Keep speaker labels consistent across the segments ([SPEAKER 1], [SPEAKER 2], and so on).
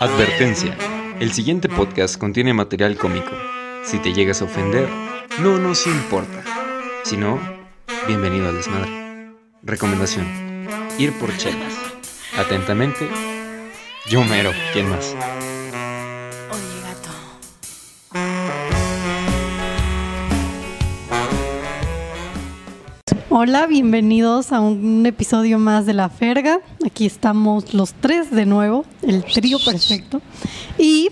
[SPEAKER 1] Advertencia. El siguiente podcast contiene material cómico. Si te llegas a ofender, no nos importa. Si no, bienvenido al desmadre. Recomendación. Ir por chelas. Atentamente, yo mero. ¿Quién más?
[SPEAKER 2] Oye, gato.
[SPEAKER 3] Hola, bienvenidos a un episodio más de La Ferga. Aquí estamos los tres de nuevo, el trío perfecto. Y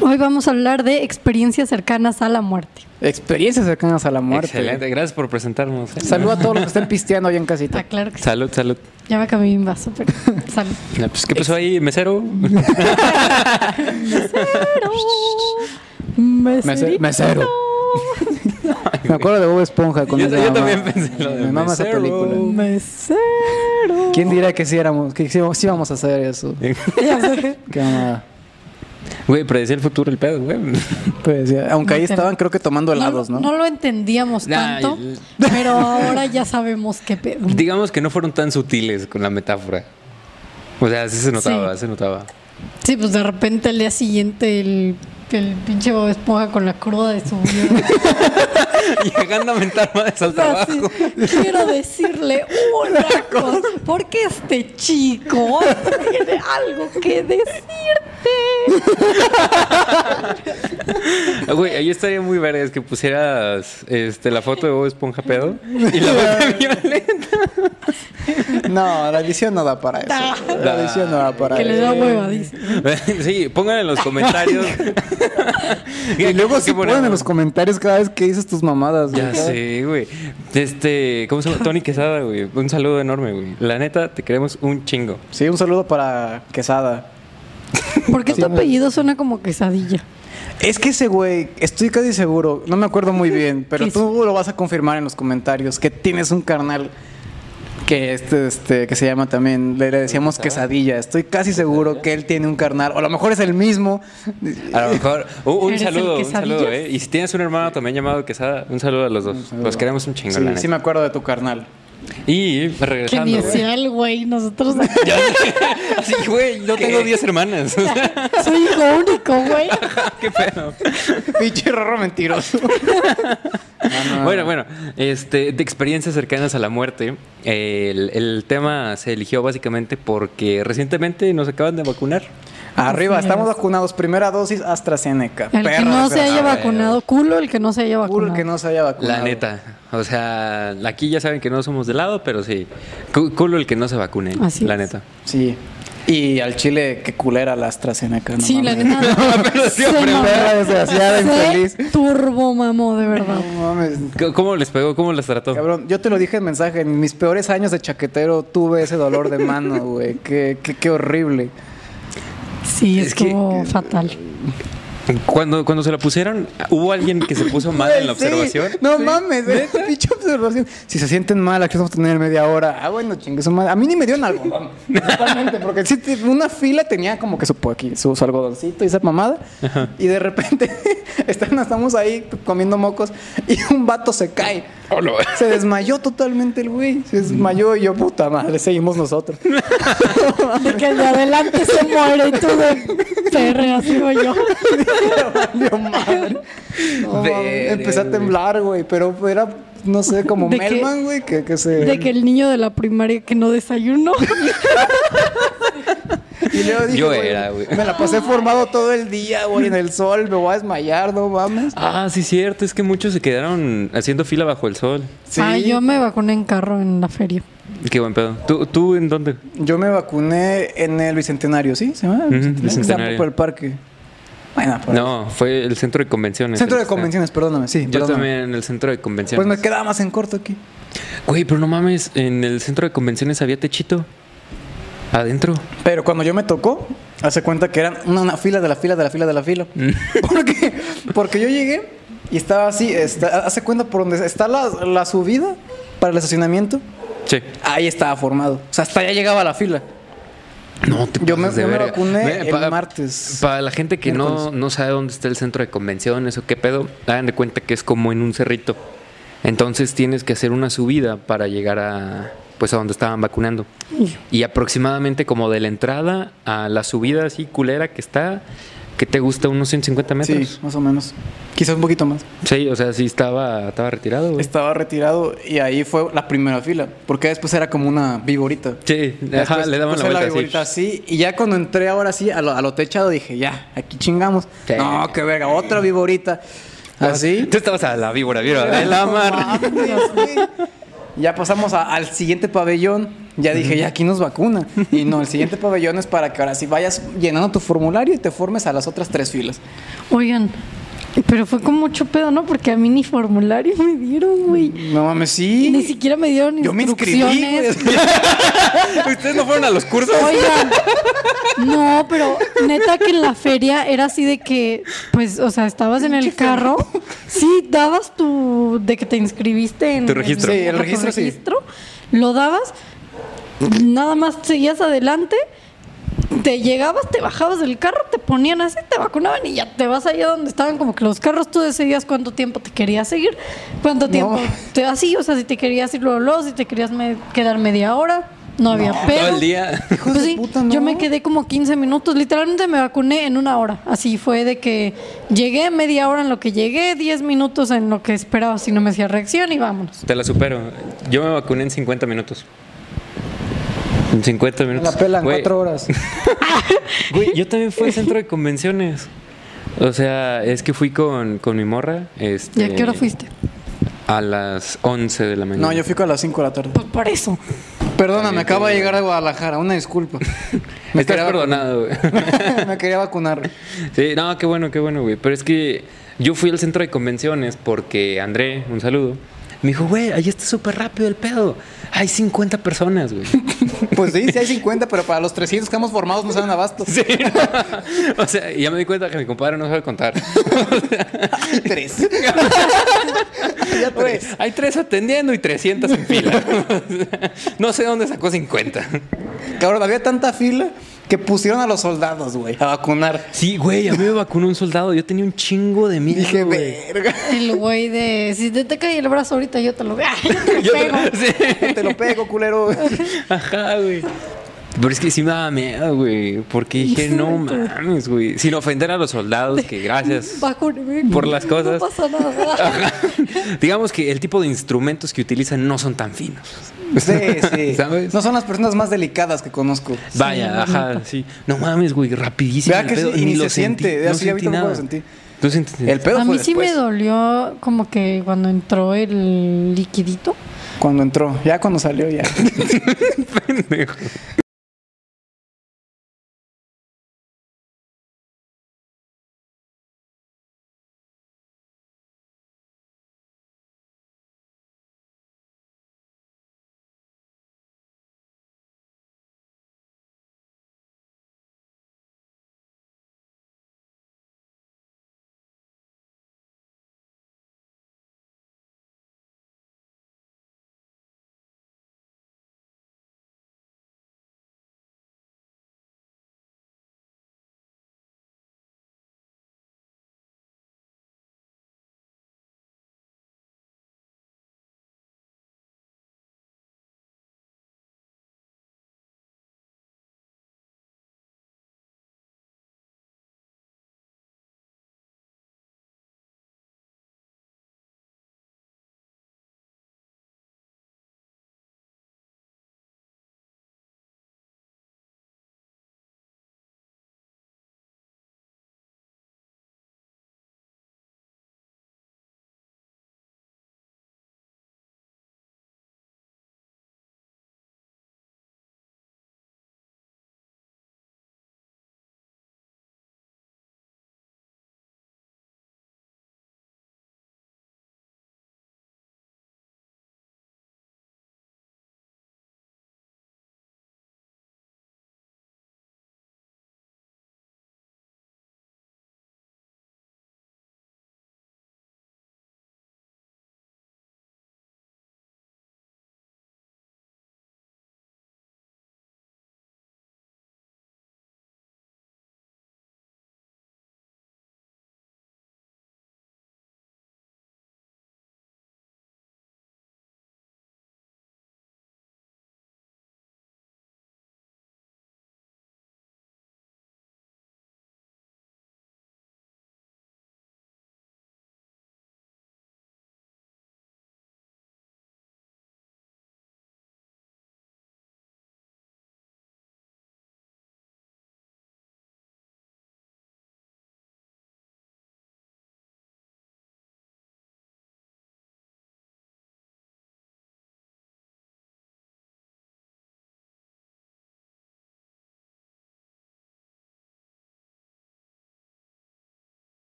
[SPEAKER 3] hoy vamos a hablar de experiencias cercanas a la muerte.
[SPEAKER 4] Experiencias cercanas a la muerte.
[SPEAKER 1] Excelente. Gracias por presentarnos. ¿eh?
[SPEAKER 4] Saluda a todos los que estén pisteando allá en casita.
[SPEAKER 3] Ah, claro que sí.
[SPEAKER 1] Salud, salud.
[SPEAKER 3] Ya me cambié mi vaso, pero salud.
[SPEAKER 1] Ah, pues, ¿Qué pasó ahí, mesero?
[SPEAKER 3] Pero,
[SPEAKER 4] Mese-
[SPEAKER 3] meserito.
[SPEAKER 4] mesero. Me acuerdo de Bob Esponja con
[SPEAKER 1] Yo-
[SPEAKER 4] esa
[SPEAKER 1] yo
[SPEAKER 4] mamá.
[SPEAKER 1] también pensé lo de
[SPEAKER 4] Me mama esa
[SPEAKER 1] mesero.
[SPEAKER 4] película.
[SPEAKER 3] Mesero.
[SPEAKER 4] ¿Quién dirá que sí éramos, que sí, sí íbamos a hacer eso?
[SPEAKER 3] Ya sé.
[SPEAKER 4] Qué mamada.
[SPEAKER 1] Güey, predecía el futuro el pedo, güey.
[SPEAKER 4] Pues, ya, aunque ahí
[SPEAKER 3] No sé.
[SPEAKER 4] estaban creo que tomando
[SPEAKER 3] No,
[SPEAKER 4] helados, ¿no?
[SPEAKER 3] no lo entendíamos
[SPEAKER 1] Nah,
[SPEAKER 3] tanto,
[SPEAKER 1] el-
[SPEAKER 3] pero ahora ya sabemos qué pedo.
[SPEAKER 1] Digamos que no fueron tan sutiles con la metáfora. O sea, sí se notaba,
[SPEAKER 3] Sí.
[SPEAKER 1] se notaba.
[SPEAKER 3] Sí, pues de repente al día siguiente el, el pinche Bob Esponja con la cruda de su vida.
[SPEAKER 1] Llegando a mentar madres al
[SPEAKER 3] Así,
[SPEAKER 1] trabajo.
[SPEAKER 3] Quiero decirle una cosa, porque este chico tiene algo que decirte.
[SPEAKER 1] Ah, Güey, ahí estaría muy verga es que pusieras este, la foto de Bob Esponja pedo y la voz de Violeta.
[SPEAKER 4] No, la edición no da para eso.
[SPEAKER 3] Da.
[SPEAKER 4] La edición no da para
[SPEAKER 3] Que le
[SPEAKER 4] eso.
[SPEAKER 3] da hueva, dice.
[SPEAKER 1] Sí, pongan en los comentarios.
[SPEAKER 4] Y luego
[SPEAKER 1] se
[SPEAKER 4] sí ponen en los comentarios cada vez que dices tus mamadas. güey.
[SPEAKER 1] Ya sé, güey. Este, ¿cómo se llama? Tony Quesada, güey. Un saludo enorme, güey. La neta, te queremos un chingo.
[SPEAKER 4] Sí, un saludo para Quesada.
[SPEAKER 3] ¿Por qué
[SPEAKER 4] Sí,
[SPEAKER 3] tu
[SPEAKER 4] no.
[SPEAKER 3] este apellido suena como quesadilla?
[SPEAKER 4] Es que ese güey, estoy casi seguro, no me acuerdo muy bien, pero
[SPEAKER 3] Sí,
[SPEAKER 4] tú lo vas a confirmar en los comentarios, que tienes un carnal que este, este, que se llama también, le, le decíamos quesadilla. Estoy casi seguro que él tiene un carnal, o a lo mejor es el mismo.
[SPEAKER 1] A lo mejor, un, un
[SPEAKER 3] ¿Eres el
[SPEAKER 1] saludo, un saludo,
[SPEAKER 3] quesadillas?
[SPEAKER 1] ¿eh? Y si tienes un hermano también llamado Quesada, un saludo a los dos. Los queremos un chingo, la
[SPEAKER 4] Sí,
[SPEAKER 1] neta.
[SPEAKER 4] sí me acuerdo de tu carnal.
[SPEAKER 1] Y
[SPEAKER 3] Que
[SPEAKER 1] regresando,
[SPEAKER 3] ni
[SPEAKER 1] güey.
[SPEAKER 3] sea el güey, nosotros
[SPEAKER 1] Ya sé. Así, güey, yo tengo 10 hermanas. O sea,
[SPEAKER 3] soy hijo único, güey.
[SPEAKER 1] qué pedo.
[SPEAKER 4] Pinche raro mentiroso. No, no,
[SPEAKER 1] Bueno,
[SPEAKER 4] no.
[SPEAKER 1] bueno, este, de experiencias cercanas a la muerte, el, el tema se eligió básicamente porque recientemente nos acaban de vacunar.
[SPEAKER 4] Arriba,
[SPEAKER 3] Así
[SPEAKER 4] estamos
[SPEAKER 3] es.
[SPEAKER 4] vacunados. Primera dosis AstraZeneca.
[SPEAKER 3] El que
[SPEAKER 4] Perra
[SPEAKER 3] no se haya
[SPEAKER 4] desgraciada.
[SPEAKER 3] vacunado, culo el que no se haya
[SPEAKER 4] Juro
[SPEAKER 3] vacunado.
[SPEAKER 4] que no se haya vacunado.
[SPEAKER 1] La neta, o sea, aquí ya saben que no somos de lado, pero sí, cu- culo el que no se vacune,
[SPEAKER 3] Así
[SPEAKER 1] la
[SPEAKER 3] es.
[SPEAKER 1] neta.
[SPEAKER 4] Sí. Y al chile, qué culera la AstraZeneca. no
[SPEAKER 3] Sí, la
[SPEAKER 4] mames.
[SPEAKER 3] neta.
[SPEAKER 1] Pero sí, hombre,
[SPEAKER 3] mamó.
[SPEAKER 4] perra
[SPEAKER 3] Se
[SPEAKER 4] desgraciada, infeliz.
[SPEAKER 3] Turbo mamó, de verdad.
[SPEAKER 4] No mames.
[SPEAKER 1] C- ¿Cómo les pegó? ¿Cómo las trató?
[SPEAKER 4] Cabrón, yo te lo dije en mensaje, en mis peores años de chaquetero tuve ese dolor de mano, güey. Qué, qué, qué horrible.
[SPEAKER 3] Sí,
[SPEAKER 1] Es que-
[SPEAKER 3] estuvo fatal.
[SPEAKER 1] Cuando, cuando se la pusieron, ¿hubo alguien que se puso mal en la
[SPEAKER 4] Sí,
[SPEAKER 1] observación?
[SPEAKER 4] No mames, güey, pinche observación. Si se sienten mal, aquí vamos a tener media hora. Ah, bueno, chingue su madre. A mí ni me dieron algodón. Totalmente, porque sí, te- una fila tenía como que su, po- aquí, su, su algodoncito y esa mamada. Y de repente están, estamos ahí comiendo mocos y un vato se cae.
[SPEAKER 1] Oh,
[SPEAKER 4] Se desmayó totalmente el güey. Se desmayó y yo, puta madre, seguimos nosotros.
[SPEAKER 3] De que el de adelante se muere y tú de perre, así voy yo.
[SPEAKER 4] Valió madre. No,
[SPEAKER 1] Verga,
[SPEAKER 4] mames, empecé a
[SPEAKER 1] güey.
[SPEAKER 4] temblar, güey, pero era, no sé, como
[SPEAKER 3] De que-
[SPEAKER 4] Melman, güey, que, que se...
[SPEAKER 3] De que el niño de la primaria que no desayunó.
[SPEAKER 4] Y luego dije,
[SPEAKER 1] Yo
[SPEAKER 4] güey,
[SPEAKER 1] era, güey.
[SPEAKER 4] Me la pasé formado todo el día, güey, en el sol, me voy a desmayar, no mames.
[SPEAKER 1] Ah, sí, cierto, es que muchos se quedaron haciendo fila bajo el sol.
[SPEAKER 4] Sí.
[SPEAKER 3] Ah, yo me vacuné en carro en la feria.
[SPEAKER 1] Qué buen pedo. ¿Tú, tú en dónde?
[SPEAKER 4] Yo me vacuné en el Bicentenario, ¿sí? ¿Se llama?
[SPEAKER 1] Ujú,
[SPEAKER 4] Bicentenario.
[SPEAKER 1] Bicentenario.
[SPEAKER 4] Está por el parque. Bueno, por
[SPEAKER 1] No, fue el centro de convenciones.
[SPEAKER 4] Centro de
[SPEAKER 1] este.
[SPEAKER 4] convenciones, perdóname, sí.
[SPEAKER 1] Yo
[SPEAKER 4] perdóname.
[SPEAKER 1] también en el centro de
[SPEAKER 4] Pues
[SPEAKER 1] convenciones.
[SPEAKER 4] me quedaba más en corto aquí.
[SPEAKER 1] Güey, pero no mames, en el centro de convenciones había techito. Adentro.
[SPEAKER 4] Pero cuando yo me tocó, hace cuenta que eran una, una fila de la fila de la fila de la fila.
[SPEAKER 1] Mm.
[SPEAKER 4] ¿Por qué? Porque yo llegué y estaba así, está- hace cuenta por donde está la, la subida para el estacionamiento.
[SPEAKER 1] Sí.
[SPEAKER 4] Ahí estaba formado. O sea, hasta allá llegaba la fila.
[SPEAKER 1] No, te
[SPEAKER 4] Yo me-
[SPEAKER 1] pasas de
[SPEAKER 4] yo me
[SPEAKER 1] verga.
[SPEAKER 4] vacuné
[SPEAKER 1] Ve,
[SPEAKER 4] el martes.
[SPEAKER 1] Para la gente que no,
[SPEAKER 4] Miércoles.
[SPEAKER 1] no sabe dónde está el centro de convenciones o qué pedo, hagan de cuenta que es como en un cerrito. Entonces tienes que hacer una subida para llegar a, pues a donde estaban vacunando. Y aproximadamente como de la entrada a la subida así culera que está, que te gusta unos 150 metros.
[SPEAKER 4] Sí, más o menos. Quizás un poquito más.
[SPEAKER 1] Sí, o sea, sí estaba, estaba retirado, güey.
[SPEAKER 4] Estaba retirado y ahí fue la primera fila. Porque después era como una viborita.
[SPEAKER 1] Sí, ajá,
[SPEAKER 4] Después
[SPEAKER 1] le daban
[SPEAKER 4] puse
[SPEAKER 1] la vuelta
[SPEAKER 4] viborita
[SPEAKER 1] así.
[SPEAKER 4] así. Y ya cuando entré ahora sí a lo, a lo techado dije, ya, aquí chingamos.
[SPEAKER 1] Sí.
[SPEAKER 4] No, qué verga, otra viborita. Así.
[SPEAKER 1] Tú estabas a la víbora, víbora de la mar.
[SPEAKER 4] Mames, güey. Ya pasamos a- al siguiente pabellón. Ya dije, ya aquí nos vacuna. Y no, el siguiente pabellón es para que ahora sí vayas llenando tu formulario y te formes a las otras tres filas.
[SPEAKER 3] Oigan, pero fue con mucho pedo, ¿no? Porque a mí ni formulario me dieron, güey.
[SPEAKER 4] No mames,
[SPEAKER 3] Ni
[SPEAKER 4] sí.
[SPEAKER 3] siquiera me dieron
[SPEAKER 4] Yo me inscribí.
[SPEAKER 3] instrucciones.
[SPEAKER 4] güey.
[SPEAKER 1] ¿Ustedes no fueron a los cursos?
[SPEAKER 3] Oigan, no, pero neta que en la feria era así de que, pues, o sea, estabas en el carro, sí, dabas tu, de que te inscribiste en
[SPEAKER 1] Tu registro.
[SPEAKER 4] Sí, el
[SPEAKER 3] tu
[SPEAKER 4] registro, sí.
[SPEAKER 3] registro, lo dabas, nada más seguías adelante, te llegabas, te bajabas del carro, te ponían así, te vacunaban y ya te vas allá donde estaban como que los carros, tú decidías cuánto tiempo te querías seguir, cuánto tiempo te así, o sea, si te querías ir luego, luego, si te querías me- quedar media hora, no había pedo.
[SPEAKER 1] Todo el día.
[SPEAKER 4] Hijos
[SPEAKER 3] Pues
[SPEAKER 4] de
[SPEAKER 3] sí,
[SPEAKER 4] puta, ¿no?
[SPEAKER 3] Yo me quedé como 15 minutos, literalmente me vacuné en una hora. Así fue de que llegué media hora en lo que llegué, 10 minutos en lo que esperaba si no me hacía reacción y vámonos.
[SPEAKER 1] Te la supero. Yo me vacuné en 50 minutos. En 50
[SPEAKER 4] Me
[SPEAKER 1] minutos.
[SPEAKER 4] la pelan
[SPEAKER 1] Güey,
[SPEAKER 4] cuatro horas.
[SPEAKER 1] Güey, yo también fui al centro de convenciones. O sea, es que fui con, con mi morra. Este,
[SPEAKER 3] ¿Y a qué hora fuiste?
[SPEAKER 1] A las 11 de la mañana.
[SPEAKER 4] No, yo fui a las 5 de la tarde.
[SPEAKER 3] Pues por eso.
[SPEAKER 4] Perdóname, acabo de llegar de Guadalajara, una disculpa.
[SPEAKER 1] Estás perdonado, güey.
[SPEAKER 4] vacunar. me quería vacunar.
[SPEAKER 1] Sí, no, qué bueno, qué bueno, güey. Pero es que yo fui al centro de convenciones porque André, un saludo, me dijo, güey, ahí está súper rápido el pedo. Hay 50 personas, güey.
[SPEAKER 4] Pues sí, sí hay 50, pero para los 300 que hemos formado no se dan abasto.
[SPEAKER 1] Sí, no. O sea, y ya me di cuenta que mi compadre no sabe contar.
[SPEAKER 4] Tres. ya
[SPEAKER 1] Güey,
[SPEAKER 4] tres.
[SPEAKER 1] hay tres atendiendo y 300 en fila. No sé dónde sacó 50.
[SPEAKER 4] Cabrón, había tanta fila que pusieron a los soldados, güey, a vacunar.
[SPEAKER 1] Sí, güey, a mí me vacunó un soldado. Yo tenía un chingo de miedo,
[SPEAKER 4] Dije,
[SPEAKER 1] güey.
[SPEAKER 4] verga,
[SPEAKER 3] El güey de, si te, te cae el brazo ahorita yo te lo veo. te
[SPEAKER 1] Yo-
[SPEAKER 3] pego.
[SPEAKER 1] sí.
[SPEAKER 4] te lo pego, culero.
[SPEAKER 1] Ajá, güey. Pero es que sí me daba miedo, güey. Porque dije, no mames, güey. Sin ofender a los soldados, que gracias.
[SPEAKER 3] Vacúneme.
[SPEAKER 1] Por las cosas.
[SPEAKER 3] No pasa nada.
[SPEAKER 1] Ajá. Digamos que el tipo de instrumentos que utilizan no son tan finos.
[SPEAKER 4] Sí, sí.
[SPEAKER 1] ¿Sabes?
[SPEAKER 4] No son las personas más delicadas que conozco.
[SPEAKER 1] Vaya, ajá, sí. No mames, güey, rapidísimo.
[SPEAKER 4] Vea
[SPEAKER 1] el
[SPEAKER 4] que
[SPEAKER 1] pedo,
[SPEAKER 4] sí, y ni se
[SPEAKER 1] sentí,
[SPEAKER 4] siente,
[SPEAKER 1] No
[SPEAKER 4] así,
[SPEAKER 1] sentí
[SPEAKER 4] ahorita no
[SPEAKER 1] nada.
[SPEAKER 4] lo sentí.
[SPEAKER 1] ¿Tú sentiste?
[SPEAKER 4] El pedo
[SPEAKER 3] a
[SPEAKER 4] fue
[SPEAKER 3] mí sí
[SPEAKER 4] después,
[SPEAKER 3] me dolió como que cuando entró el liquidito.
[SPEAKER 4] Cuando entró, ya cuando salió, ya.
[SPEAKER 1] pendejo.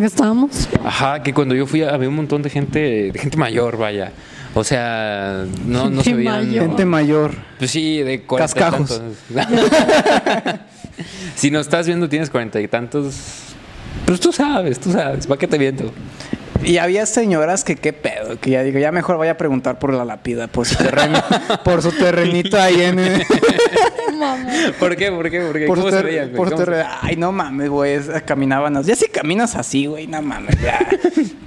[SPEAKER 3] que estábamos.
[SPEAKER 1] Ajá, que cuando yo fui había un montón de gente, de gente mayor, vaya. O sea, no, no se
[SPEAKER 3] Gente
[SPEAKER 1] veían.
[SPEAKER 3] mayor.
[SPEAKER 4] Gente mayor.
[SPEAKER 1] Pues sí, de cuarenta y
[SPEAKER 4] Cascajos.
[SPEAKER 1] tantos. si nos estás viendo, tienes cuarenta y tantos. Pues tú sabes, tú sabes, ¿para qué te viento?
[SPEAKER 4] Y había señoras que qué pedo, que ya digo, ya mejor vaya a preguntar por la lápida, por su terreno, por su terrenito ahí en
[SPEAKER 1] ¿Por qué? ¿Por qué? ¿Por qué?
[SPEAKER 4] por su
[SPEAKER 1] ¿Cómo se
[SPEAKER 4] ter-
[SPEAKER 1] veían? güey?
[SPEAKER 4] por su
[SPEAKER 1] ¿Cómo se-
[SPEAKER 4] terreno. Ay, no mames, güey, es- caminaban, así. ya si caminas así, güey, no mames, ya.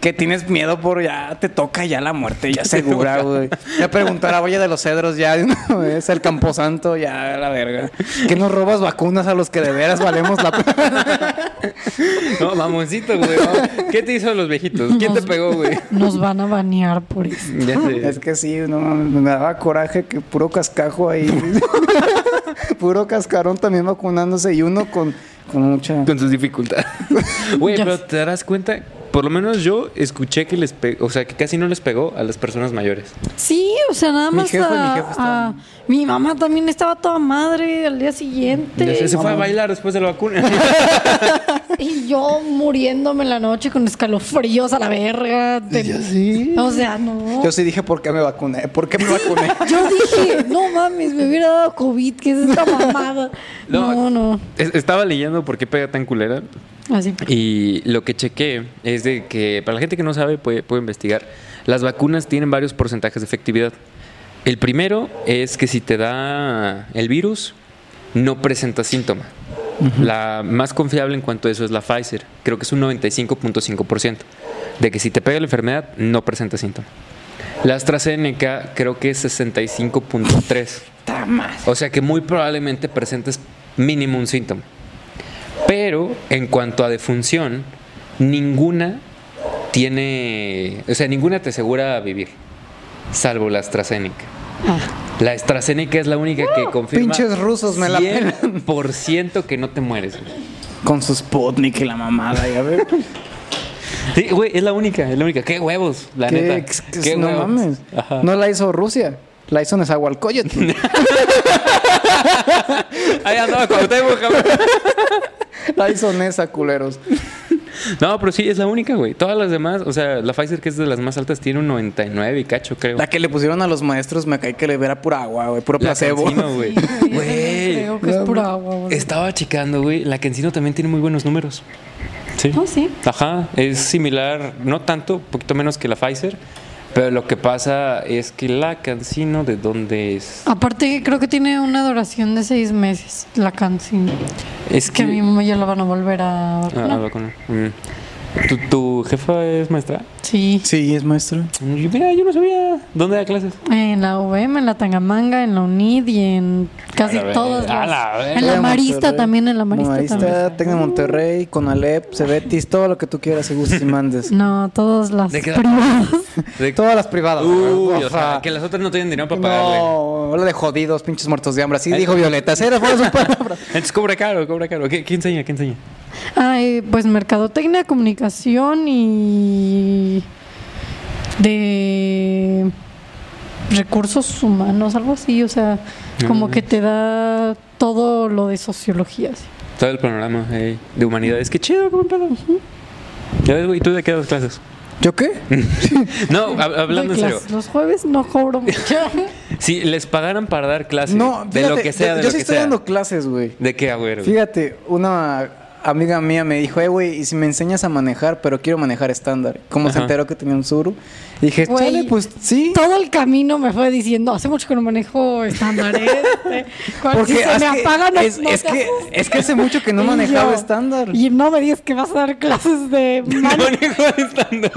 [SPEAKER 4] que tienes miedo por ya te toca ya la muerte, ya segura, güey. Ya preguntar a Valle de los Cedros ya de una vez, el Camposanto ya la verga. Que nos robas vacunas a los que de veras valemos la
[SPEAKER 1] No, mamoncito, güey. vamos. ¿Qué te hizo los viejitos? ¿Quién te
[SPEAKER 3] Nos-
[SPEAKER 1] pegó, güey?
[SPEAKER 3] Nos van a banear por eso.
[SPEAKER 1] Ya sé.
[SPEAKER 4] Es que sí, no mames, me daba coraje que puro cascajo ahí. puro cascarón también vacunándose y uno con, con mucha.
[SPEAKER 1] con sus dificultades. Güey,
[SPEAKER 3] Ya
[SPEAKER 1] pero
[SPEAKER 3] sé.
[SPEAKER 1] te darás cuenta, por lo menos yo escuché que les pegó, o sea, que casi no les pegó a las personas mayores.
[SPEAKER 3] Sí, o sea, nada
[SPEAKER 4] Mi
[SPEAKER 3] más
[SPEAKER 4] jefe,
[SPEAKER 3] a-
[SPEAKER 4] mi jefe estaba-
[SPEAKER 3] a- mi mamá también estaba toda madre al día siguiente.
[SPEAKER 1] Se fue a bailar después de la vacuna.
[SPEAKER 3] Y yo muriéndome en la noche con escalofríos a la verga. de- O sea, no.
[SPEAKER 4] Yo sí dije por qué me vacuné, por qué me vacuné.
[SPEAKER 3] Yo dije, no mames, me hubiera dado COVID, que es esta mamada. No, no.
[SPEAKER 1] Es- Estaba leyendo por qué pega tan culera
[SPEAKER 3] Así.
[SPEAKER 1] y lo que chequé es de que, para la gente que no sabe, puede, puede investigar, las vacunas tienen varios porcentajes de efectividad. El primero es que si te da el virus, no presenta síntoma. La más confiable en cuanto a eso es la Pfizer. Creo que es un 95.5%. De que si te pega la enfermedad, no presenta síntoma. La AstraZeneca creo que es 65.3%. O sea que muy probablemente presentes mínimo un síntoma. Pero en cuanto a defunción, ninguna tiene, o sea, ninguna te asegura vivir, salvo la AstraZeneca.
[SPEAKER 3] Ah,
[SPEAKER 1] La AstraZeneca es la única que confirma
[SPEAKER 4] Uh, pinches rusos, me la pelan.
[SPEAKER 1] por ciento que no te mueres. güey.
[SPEAKER 4] Con su Sputnik y la mamada, ya ver.
[SPEAKER 1] Sí, güey, es la única, es la única. Qué huevos, la
[SPEAKER 4] ¿Qué,
[SPEAKER 1] neta.
[SPEAKER 4] ex-
[SPEAKER 1] Qué
[SPEAKER 4] no
[SPEAKER 1] huevos.
[SPEAKER 4] mames.
[SPEAKER 1] Ajá.
[SPEAKER 4] No la hizo Rusia, la hizo Nezahualcóyotl.
[SPEAKER 1] Ahí andaba Cuauhtémoc, cabrón.
[SPEAKER 4] la hizo Neza, culeros.
[SPEAKER 1] No, pero sí, es la única, güey. Todas las demás, o sea, la Pfizer, que es de las más altas, tiene un 99 y cacho, creo.
[SPEAKER 4] La que le pusieron a los maestros me cae que le viera pura agua, güey, puro
[SPEAKER 1] La
[SPEAKER 4] placebo.
[SPEAKER 1] Cancino, güey.
[SPEAKER 3] sí, yo
[SPEAKER 1] Güey.
[SPEAKER 3] Creo que es pura agua, güey.
[SPEAKER 1] Estaba checando, güey. La Cancino también tiene muy buenos números. Sí.
[SPEAKER 3] No, sí.
[SPEAKER 1] Ajá. Es similar, no tanto, un poquito menos que la Pfizer. Pero lo que pasa es que la Cancino, ¿de dónde es?
[SPEAKER 3] Aparte, creo que tiene una duración de seis meses la canción.
[SPEAKER 1] Es
[SPEAKER 3] Que a mi
[SPEAKER 1] que.
[SPEAKER 3] mamá ya la van a volver a
[SPEAKER 1] Ah,
[SPEAKER 3] vacunar.
[SPEAKER 1] ah, vacuna. Mm. ¿Tu, tu jefa es maestra?
[SPEAKER 3] Sí.
[SPEAKER 4] Sí, es maestro.
[SPEAKER 1] Y Mira, yo no sabía. ¿Dónde da clases?
[SPEAKER 3] En la UVM, en la Tangamanga, en la UNID y en casi
[SPEAKER 1] A la
[SPEAKER 3] todas
[SPEAKER 1] ver- a
[SPEAKER 3] las.
[SPEAKER 1] la ver-
[SPEAKER 3] en la Marista
[SPEAKER 4] Monterrey.
[SPEAKER 3] también, en la Marista,
[SPEAKER 4] Marista, Tecno Monterrey, Conalep, Cebetis, todo lo que tú quieras y gustes y mandes.
[SPEAKER 3] también. No, todas las
[SPEAKER 1] ¿De qué edad?
[SPEAKER 3] privadas.
[SPEAKER 1] De-
[SPEAKER 4] Todas las privadas.
[SPEAKER 1] Uy,
[SPEAKER 4] güey.
[SPEAKER 1] o sea, que las otras no tienen dinero para pagarle.
[SPEAKER 4] No, habla de jodidos, pinches muertos de hambre. Así dijo Violeta. Esa era fue su palabra.
[SPEAKER 1] Entonces cobra caro, cobra caro. ¿Qué, qué enseña? ¿Qué enseña?
[SPEAKER 3] Ay, pues mercadotecnia, comunicación y de recursos humanos, algo así, o sea, como que te da todo lo de sociología. así.
[SPEAKER 1] Todo el panorama ey, de humanidades. Qué chido, qué buen pedo. Ya ves, güey, ¿tú de qué das clases?
[SPEAKER 4] ¿Yo qué?
[SPEAKER 1] No, hab- hablando en
[SPEAKER 3] Doy
[SPEAKER 1] serio.
[SPEAKER 3] clases. Los jueves no cobro mucho.
[SPEAKER 1] Si les pagaran para dar clases,
[SPEAKER 4] no,
[SPEAKER 1] de lo
[SPEAKER 4] fíjate,
[SPEAKER 1] que sea,
[SPEAKER 4] yo-
[SPEAKER 1] de
[SPEAKER 4] yo
[SPEAKER 1] lo
[SPEAKER 4] sí
[SPEAKER 1] que
[SPEAKER 4] estoy
[SPEAKER 1] sea.
[SPEAKER 4] dando clases, güey.
[SPEAKER 1] ¿De qué, agüero? güey?
[SPEAKER 4] Fíjate, una amiga mía me dijo, eh, güey, y si me enseñas a manejar, pero quiero manejar estándar. Como se
[SPEAKER 1] Ajá.
[SPEAKER 4] enteró que tenía un suru, dije,
[SPEAKER 3] Güey,
[SPEAKER 4] chale, pues sí.
[SPEAKER 3] Todo el camino me fue diciendo, hace mucho que no manejo estándar este. Cual, si se
[SPEAKER 4] es
[SPEAKER 3] me
[SPEAKER 4] que-
[SPEAKER 3] apaga, no,
[SPEAKER 4] es,
[SPEAKER 3] no
[SPEAKER 4] es
[SPEAKER 3] te
[SPEAKER 4] que,
[SPEAKER 3] asustes".
[SPEAKER 4] es que hace mucho que no
[SPEAKER 3] Y yo,
[SPEAKER 4] manejaba estándar.
[SPEAKER 3] Y no me digas que vas a dar clases de mano.
[SPEAKER 1] Manejo estándar.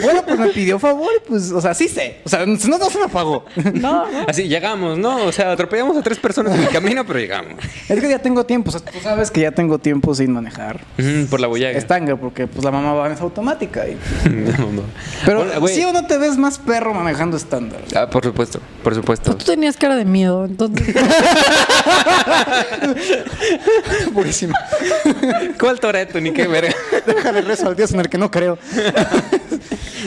[SPEAKER 4] Bueno, pues me pidió favor, y pues, o sea, sí sé. O sea, no, no se me apagó.
[SPEAKER 3] No, no.
[SPEAKER 1] Así, llegamos, ¿no? O sea, atropellamos a tres personas en el camino, pero llegamos.
[SPEAKER 4] es que ya tengo tiempo. O sea, tú sabes que ya tengo tiempo sin manejar
[SPEAKER 1] Ujú, por la boyaga.
[SPEAKER 4] estándar, porque pues la mamá va en esa automática. y-
[SPEAKER 1] No, no.
[SPEAKER 4] Pero
[SPEAKER 1] Hola, güey.
[SPEAKER 4] sí o no te ves más perro manejando estándar.
[SPEAKER 1] Ah, por supuesto, por supuesto.
[SPEAKER 3] Pues tú tenías cara de miedo, entonces.
[SPEAKER 4] Buenísimo.
[SPEAKER 1] ¿Cuál Toreto? Ni qué verga.
[SPEAKER 4] Déjale rezo al Dios en el que no creo.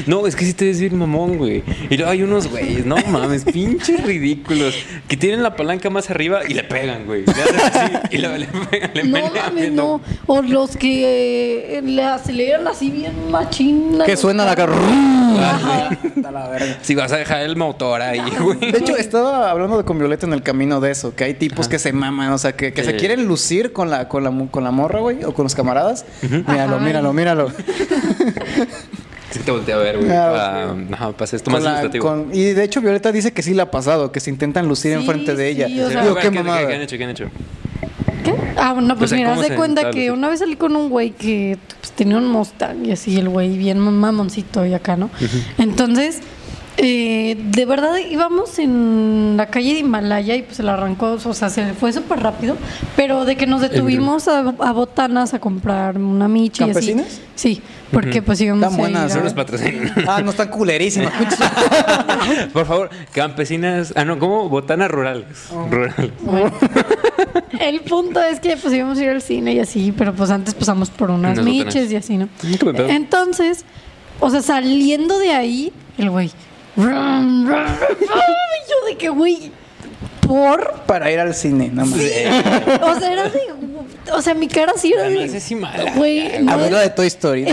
[SPEAKER 1] No, es que sí te ves bien mamón, güey. Y luego hay unos güeyes, no mames, pinches ridículos, que tienen la palanca más arriba y le pegan, güey. Le hacen así y le, le pegan, le
[SPEAKER 5] No
[SPEAKER 1] pelean, güey,
[SPEAKER 5] mames, no. O los que eh, le aceleran así bien machina.
[SPEAKER 4] Que suena la carro.
[SPEAKER 1] Si vas a dejar el motor ahí, güey.
[SPEAKER 4] De hecho, estaba hablando de con Violeta en el camino de eso, que hay tipos que se maman, o sea, que, que se
[SPEAKER 1] Sí.
[SPEAKER 4] quieren lucir con la, con la, mu- con la morra, güey, o con los camaradas. Míralo, míralo, míralo.
[SPEAKER 1] Sí te volteé a ver, güey.
[SPEAKER 4] Ah,
[SPEAKER 1] Ah, no, pasa esto más
[SPEAKER 4] Con la-
[SPEAKER 1] ilustrativo.
[SPEAKER 4] con- y de hecho, Violeta dice que sí le ha pasado, que se intentan lucir
[SPEAKER 5] Sí,
[SPEAKER 4] enfrente de ella.
[SPEAKER 5] sí, o
[SPEAKER 1] Sí,
[SPEAKER 5] sea,
[SPEAKER 1] a
[SPEAKER 4] Digo,
[SPEAKER 1] ver,
[SPEAKER 4] qué
[SPEAKER 1] ¿qué- qué-
[SPEAKER 4] mamada.
[SPEAKER 1] ¿Qué han hecho? ¿Qué han hecho?
[SPEAKER 3] ¿Qué? Ah, no, pues
[SPEAKER 1] O sea,
[SPEAKER 3] mira,
[SPEAKER 1] ¿cómo
[SPEAKER 3] haz
[SPEAKER 1] se
[SPEAKER 3] de cuenta
[SPEAKER 1] establece?
[SPEAKER 3] que una vez salí con un güey que pues, tenía un Mustang y así, el güey bien mamoncito y acá, ¿no? Entonces, eh, de verdad íbamos en la calle de Himalaya y pues se la arrancó, o sea, se fue súper rápido, pero de que nos detuvimos a, a Botanas a comprar una micha y así.
[SPEAKER 4] ¿Campesinas?
[SPEAKER 3] Sí, porque pues íbamos
[SPEAKER 4] Tan buenas,
[SPEAKER 1] No
[SPEAKER 3] a ir
[SPEAKER 1] nos
[SPEAKER 4] ¿eh?
[SPEAKER 3] a...
[SPEAKER 1] patrocinan.
[SPEAKER 4] Ah, no están culerísimas. pinches.
[SPEAKER 1] Por favor, campesinas. Ah, no, ¿cómo? Botanas rurales.
[SPEAKER 4] Oh.
[SPEAKER 1] Rurales.
[SPEAKER 3] Bueno, el punto es que pues íbamos a ir al cine y así, pero pues antes pasamos por unas
[SPEAKER 1] Unas botanas.
[SPEAKER 3] miches y así, ¿no?
[SPEAKER 1] Nunca me pedo.
[SPEAKER 3] Entonces, o sea, saliendo de ahí, el güey. rum, rum, rum, y yo de que, güey, por.
[SPEAKER 4] Para ir al cine, nada más.
[SPEAKER 3] O sea, era de. O sea, mi cara sí era
[SPEAKER 1] Ah, no,
[SPEAKER 3] de.
[SPEAKER 1] ese sí Ah, mala.
[SPEAKER 3] Güey,
[SPEAKER 4] A
[SPEAKER 3] no
[SPEAKER 4] ver
[SPEAKER 3] es,
[SPEAKER 4] lo de Toy Story.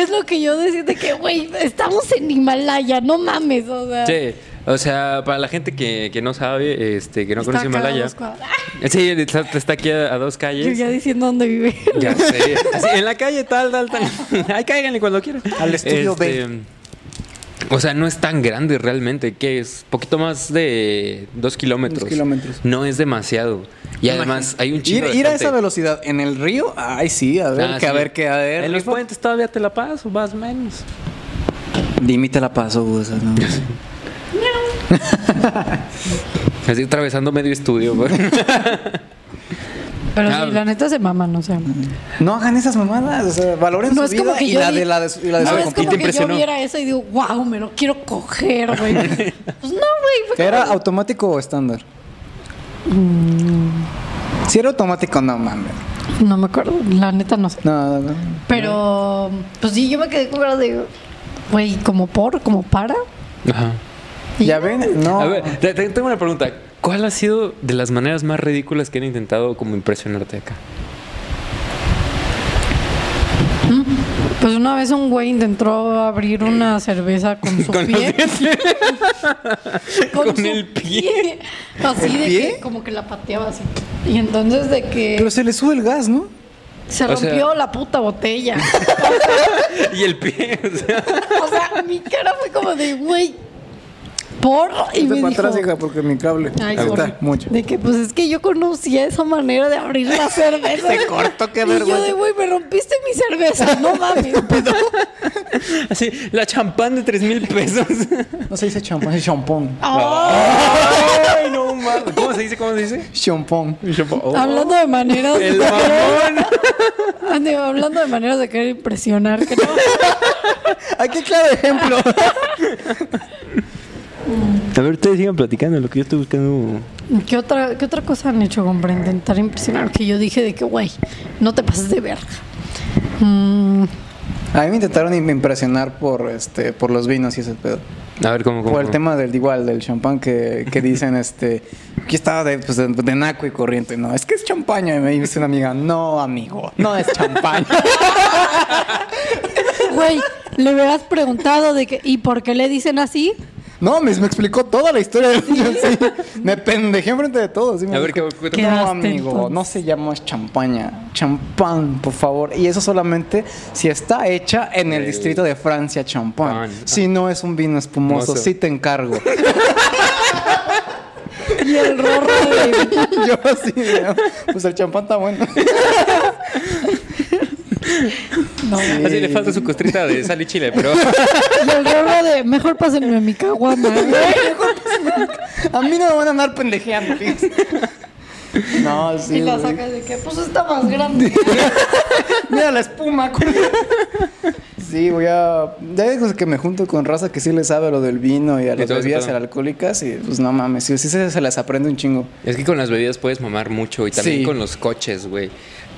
[SPEAKER 3] es lo que yo decía de que, güey, estamos en Himalaya, no mames, o sea.
[SPEAKER 1] Sí, o sea, para la gente que, que no sabe, este, que no
[SPEAKER 3] Está
[SPEAKER 1] conoce
[SPEAKER 3] acá a
[SPEAKER 1] Himalaya.
[SPEAKER 3] dos cuadras.
[SPEAKER 1] Sí, está, está aquí a, a dos
[SPEAKER 3] Yo
[SPEAKER 1] calles.
[SPEAKER 3] ya diciendo dónde vive.
[SPEAKER 1] Ya sé. Así, en la calle tal, tal, tal. Ahí cáiganle cuando quieran.
[SPEAKER 4] Al estudio
[SPEAKER 1] B. O sea, no es tan grande realmente, que es poquito más de dos kilómetros.
[SPEAKER 4] Dos kilómetros.
[SPEAKER 1] No es demasiado. Y además hay un
[SPEAKER 4] Ir,
[SPEAKER 1] chingo de
[SPEAKER 4] ir a
[SPEAKER 1] gente.
[SPEAKER 4] esa velocidad en el río, ay sí, a ver,
[SPEAKER 1] Ah,
[SPEAKER 4] que a
[SPEAKER 1] sí.
[SPEAKER 4] ver, que a ver.
[SPEAKER 1] En los
[SPEAKER 4] rifa.
[SPEAKER 1] puentes todavía te la paso, más o menos.
[SPEAKER 4] Dimite la paso, Gus. ¿no?
[SPEAKER 1] Así atravesando medio estudio. güey.
[SPEAKER 3] Pero
[SPEAKER 1] Ah.
[SPEAKER 3] sí, la neta se maman, o sea.
[SPEAKER 4] No hagan esas mamadas, o sea, valoren
[SPEAKER 3] No
[SPEAKER 4] su
[SPEAKER 3] es como
[SPEAKER 4] vida
[SPEAKER 3] que
[SPEAKER 4] y,
[SPEAKER 3] yo
[SPEAKER 4] la
[SPEAKER 3] di-
[SPEAKER 4] de, la de su- y la de
[SPEAKER 3] no
[SPEAKER 4] su
[SPEAKER 3] es
[SPEAKER 1] ¿Y te
[SPEAKER 3] como
[SPEAKER 4] compañero.
[SPEAKER 3] que yo
[SPEAKER 1] impresionó?
[SPEAKER 3] viera eso y digo, wow, me lo quiero coger, güey. pues no, güey. fue
[SPEAKER 4] ¿Que ¿Era
[SPEAKER 3] como-
[SPEAKER 4] automático o estándar?
[SPEAKER 3] Mm.
[SPEAKER 4] Si era automático, no mames.
[SPEAKER 3] No me acuerdo, la neta no sé.
[SPEAKER 4] No, no, no.
[SPEAKER 3] Pero, pues sí, yo me quedé con cara de, güey, como por, como para.
[SPEAKER 1] Ajá.
[SPEAKER 3] Y
[SPEAKER 4] Ya ven, no.
[SPEAKER 1] A ver, te- te- tengo una pregunta. ¿Cuál ha sido de las maneras más ridículas que han intentado como impresionarte acá?
[SPEAKER 3] Pues una vez un güey intentó abrir una cerveza con su
[SPEAKER 1] Con los
[SPEAKER 3] pie.
[SPEAKER 1] Con
[SPEAKER 3] su
[SPEAKER 1] el pie.
[SPEAKER 3] Así
[SPEAKER 4] ¿El
[SPEAKER 3] de
[SPEAKER 4] pie?
[SPEAKER 3] que como que la pateaba así. Y entonces de que
[SPEAKER 4] Pero se le sube el gas, ¿no?
[SPEAKER 3] se
[SPEAKER 1] o sea-
[SPEAKER 3] rompió la puta botella.
[SPEAKER 1] Y el pie, o sea,
[SPEAKER 3] o sea, mi cara fue como de, güey, por. Y me
[SPEAKER 4] Vete
[SPEAKER 3] dijo,
[SPEAKER 4] para atrás, hija, porque mi cable.
[SPEAKER 3] Ay,
[SPEAKER 4] Ahí
[SPEAKER 3] sorry.
[SPEAKER 4] está, mucho.
[SPEAKER 3] De que pues es que yo conocía esa manera de abrir la cerveza.
[SPEAKER 4] Se cortó, qué
[SPEAKER 3] Y yo
[SPEAKER 4] vergüenza.
[SPEAKER 3] de, güey, me rompiste mi cerveza. No mames.
[SPEAKER 1] así, la champán de tres mil pesos.
[SPEAKER 4] No se dice champán, es champón. oh,
[SPEAKER 3] Ah,
[SPEAKER 1] Ay, no mames. ¿Cómo se dice? ¿Cómo se dice?
[SPEAKER 4] Champón. oh,
[SPEAKER 3] Hablando de maneras.
[SPEAKER 1] El mamón.
[SPEAKER 3] Ande, hablando de maneras de querer impresionar. Que no.
[SPEAKER 4] Aquí, claro, ejemplo.
[SPEAKER 1] A ver, ustedes sigan platicando lo que yo estoy buscando.
[SPEAKER 3] ¿Qué, otra, ¿Qué otra cosa han hecho con para intentar impresionar? Que yo dije de que, güey, no te pases de verga. Mm,
[SPEAKER 4] A mí me intentaron im- impresionar por este por los vinos y ese pedo.
[SPEAKER 1] A ver, ¿cómo, cómo?
[SPEAKER 4] Por el
[SPEAKER 1] cómo?
[SPEAKER 4] tema del igual, del champán que, que dicen, este, aquí estaba de, pues, de, de naco y corriente, no, es que es champaña. Y me dice una amiga, no, amigo, no es champaña.
[SPEAKER 3] Güey, le hubieras preguntado de que, ¿y por qué le dicen así?
[SPEAKER 4] no, me, me explicó toda la historia. Yo sí, me pendejé enfrente de todos. sí, me
[SPEAKER 1] A ver,
[SPEAKER 4] dijo,
[SPEAKER 1] ¿qué- qué-
[SPEAKER 3] ¿Qué?
[SPEAKER 4] No,
[SPEAKER 3] Quedaste,
[SPEAKER 4] amigo,
[SPEAKER 3] entonces.
[SPEAKER 4] no se llama champaña, champán, por favor. Y eso solamente si está hecha en el
[SPEAKER 1] El-
[SPEAKER 4] distrito de Francia, champán.
[SPEAKER 1] Pan.
[SPEAKER 4] Si no es un vino espumoso,
[SPEAKER 1] Espumoso.
[SPEAKER 4] sí te encargo.
[SPEAKER 3] Y el rorro de,
[SPEAKER 4] Yo así, ¿no? pues el champán está bueno.
[SPEAKER 3] No,
[SPEAKER 1] Así le falta su costrita de sal y chile, pero.
[SPEAKER 3] Y el rorro de mejor pásenme mi caguama.
[SPEAKER 4] A mí no me van a andar pendejeando. fíjense. No, sí.
[SPEAKER 3] Y la
[SPEAKER 4] güey.
[SPEAKER 3] sacas de que, pues está más grande.
[SPEAKER 4] Mira la espuma. culo. Sí, voy a. Ya digo que me junto con raza que sí le sabe a lo del vino y a
[SPEAKER 1] Y
[SPEAKER 4] las
[SPEAKER 1] todo ese
[SPEAKER 4] bebidas
[SPEAKER 1] pedo.
[SPEAKER 4] alcohólicas y pues no mames, sí, sí se, se las aprende un chingo.
[SPEAKER 1] Es que con las bebidas puedes mamar mucho y también
[SPEAKER 4] Sí.
[SPEAKER 1] con los coches, güey.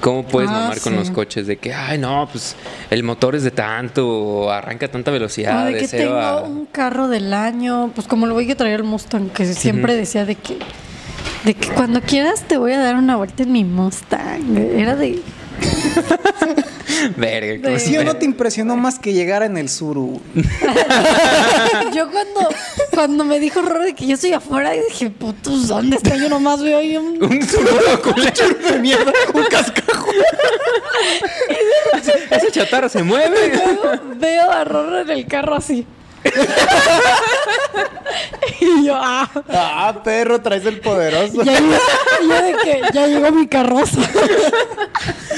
[SPEAKER 1] ¿Cómo puedes
[SPEAKER 5] Ah,
[SPEAKER 1] mamar con
[SPEAKER 5] sí.
[SPEAKER 1] los coches? De que, ay, no, pues el motor es de tanto, o arranca a tanta velocidad,
[SPEAKER 3] Ah,
[SPEAKER 1] de,
[SPEAKER 3] de que
[SPEAKER 1] cero
[SPEAKER 3] tengo
[SPEAKER 1] a-
[SPEAKER 3] un carro del año, pues como lo voy a traer el Mustang, que siempre decía de que, de que cuando quieras te voy a dar una vuelta en mi Mustang. Era de,
[SPEAKER 1] Verga,
[SPEAKER 3] de-
[SPEAKER 1] ¿cómo se
[SPEAKER 4] ¿Sí o
[SPEAKER 1] ve?
[SPEAKER 4] no te impresionó más que llegar en el suru?
[SPEAKER 3] yo cuando, cuando me dijo Roro de que yo estoy afuera, dije, putos, ¿dónde está? Yo nomás veo ahí un
[SPEAKER 1] Un sururo culero de mierda, un cascajo. Esa chatarra se mueve.
[SPEAKER 3] veo, veo a Rorro en el carro así. y yo, ah,
[SPEAKER 4] Ah, perro, traes el poderoso.
[SPEAKER 3] ya, llegó- ya de que ya llegó mi carroza.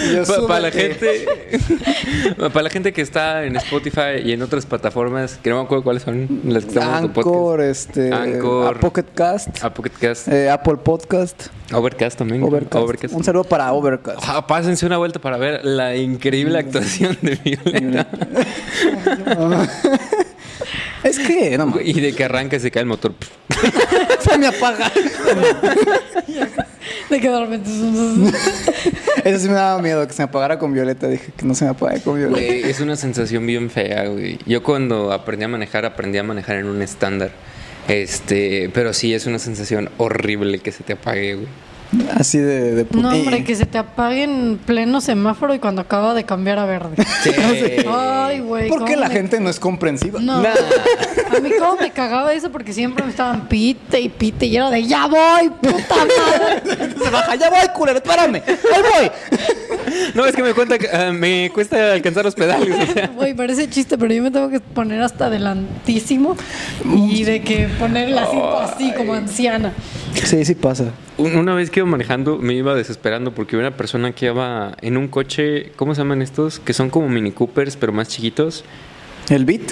[SPEAKER 4] Y yo,
[SPEAKER 1] Pa- para la
[SPEAKER 4] súbete.
[SPEAKER 1] gente para la gente que está en Spotify y en otras plataformas que no me acuerdo cuáles son las que estamos en tu
[SPEAKER 4] Anchor, este.
[SPEAKER 1] Anchor.
[SPEAKER 4] A Pocket Cast,
[SPEAKER 1] podcast a Pocketcast
[SPEAKER 4] eh, Apple Podcast,
[SPEAKER 1] Overcast también
[SPEAKER 4] Overcast. Un saludo para Overcast.
[SPEAKER 1] Ah, pásense una vuelta para ver la increíble
[SPEAKER 4] Mm.
[SPEAKER 1] actuación de Violeta
[SPEAKER 4] es que, no mames.
[SPEAKER 1] y de que arranca y se cae el motor
[SPEAKER 4] Se me apaga.
[SPEAKER 3] De que de repente,
[SPEAKER 4] Eso sí me daba miedo, que se me apagara con Violeta. Dije que no se me apague con Violeta.
[SPEAKER 1] Güey, es una sensación bien fea, güey. Yo cuando aprendí a manejar, aprendí a manejar en un estándar. Este, pero sí es una sensación horrible que se te apague, güey.
[SPEAKER 4] Así de, Eh, de
[SPEAKER 3] No,
[SPEAKER 4] put-
[SPEAKER 3] hombre, que se te apague en pleno semáforo y cuando acaba de cambiar a verde.
[SPEAKER 1] Sí.
[SPEAKER 3] Ay, güey.
[SPEAKER 4] ¿Por qué
[SPEAKER 3] cómo
[SPEAKER 4] la
[SPEAKER 3] me-
[SPEAKER 4] gente no es comprensiva?
[SPEAKER 3] No,
[SPEAKER 1] Nah.
[SPEAKER 3] a mí cómo me cagaba eso porque siempre me estaban pite y pite y era de ya voy, puta madre.
[SPEAKER 4] Se baja, ya voy, culero, espérame. Ahí voy.
[SPEAKER 1] No, es que me cuenta que, ah, me cuesta alcanzar los pedales, o sea.
[SPEAKER 3] Güey, parece chiste, pero yo me tengo que poner hasta adelantísimo y de que poner el asiento así como anciana.
[SPEAKER 4] Sí, sí pasa.
[SPEAKER 1] Un- Una vez que iba manejando, me iba desesperando porque una persona que iba en un coche, ¿cómo se llaman estos? Que son como Mini Coopers, pero más chiquitos.
[SPEAKER 4] El beat.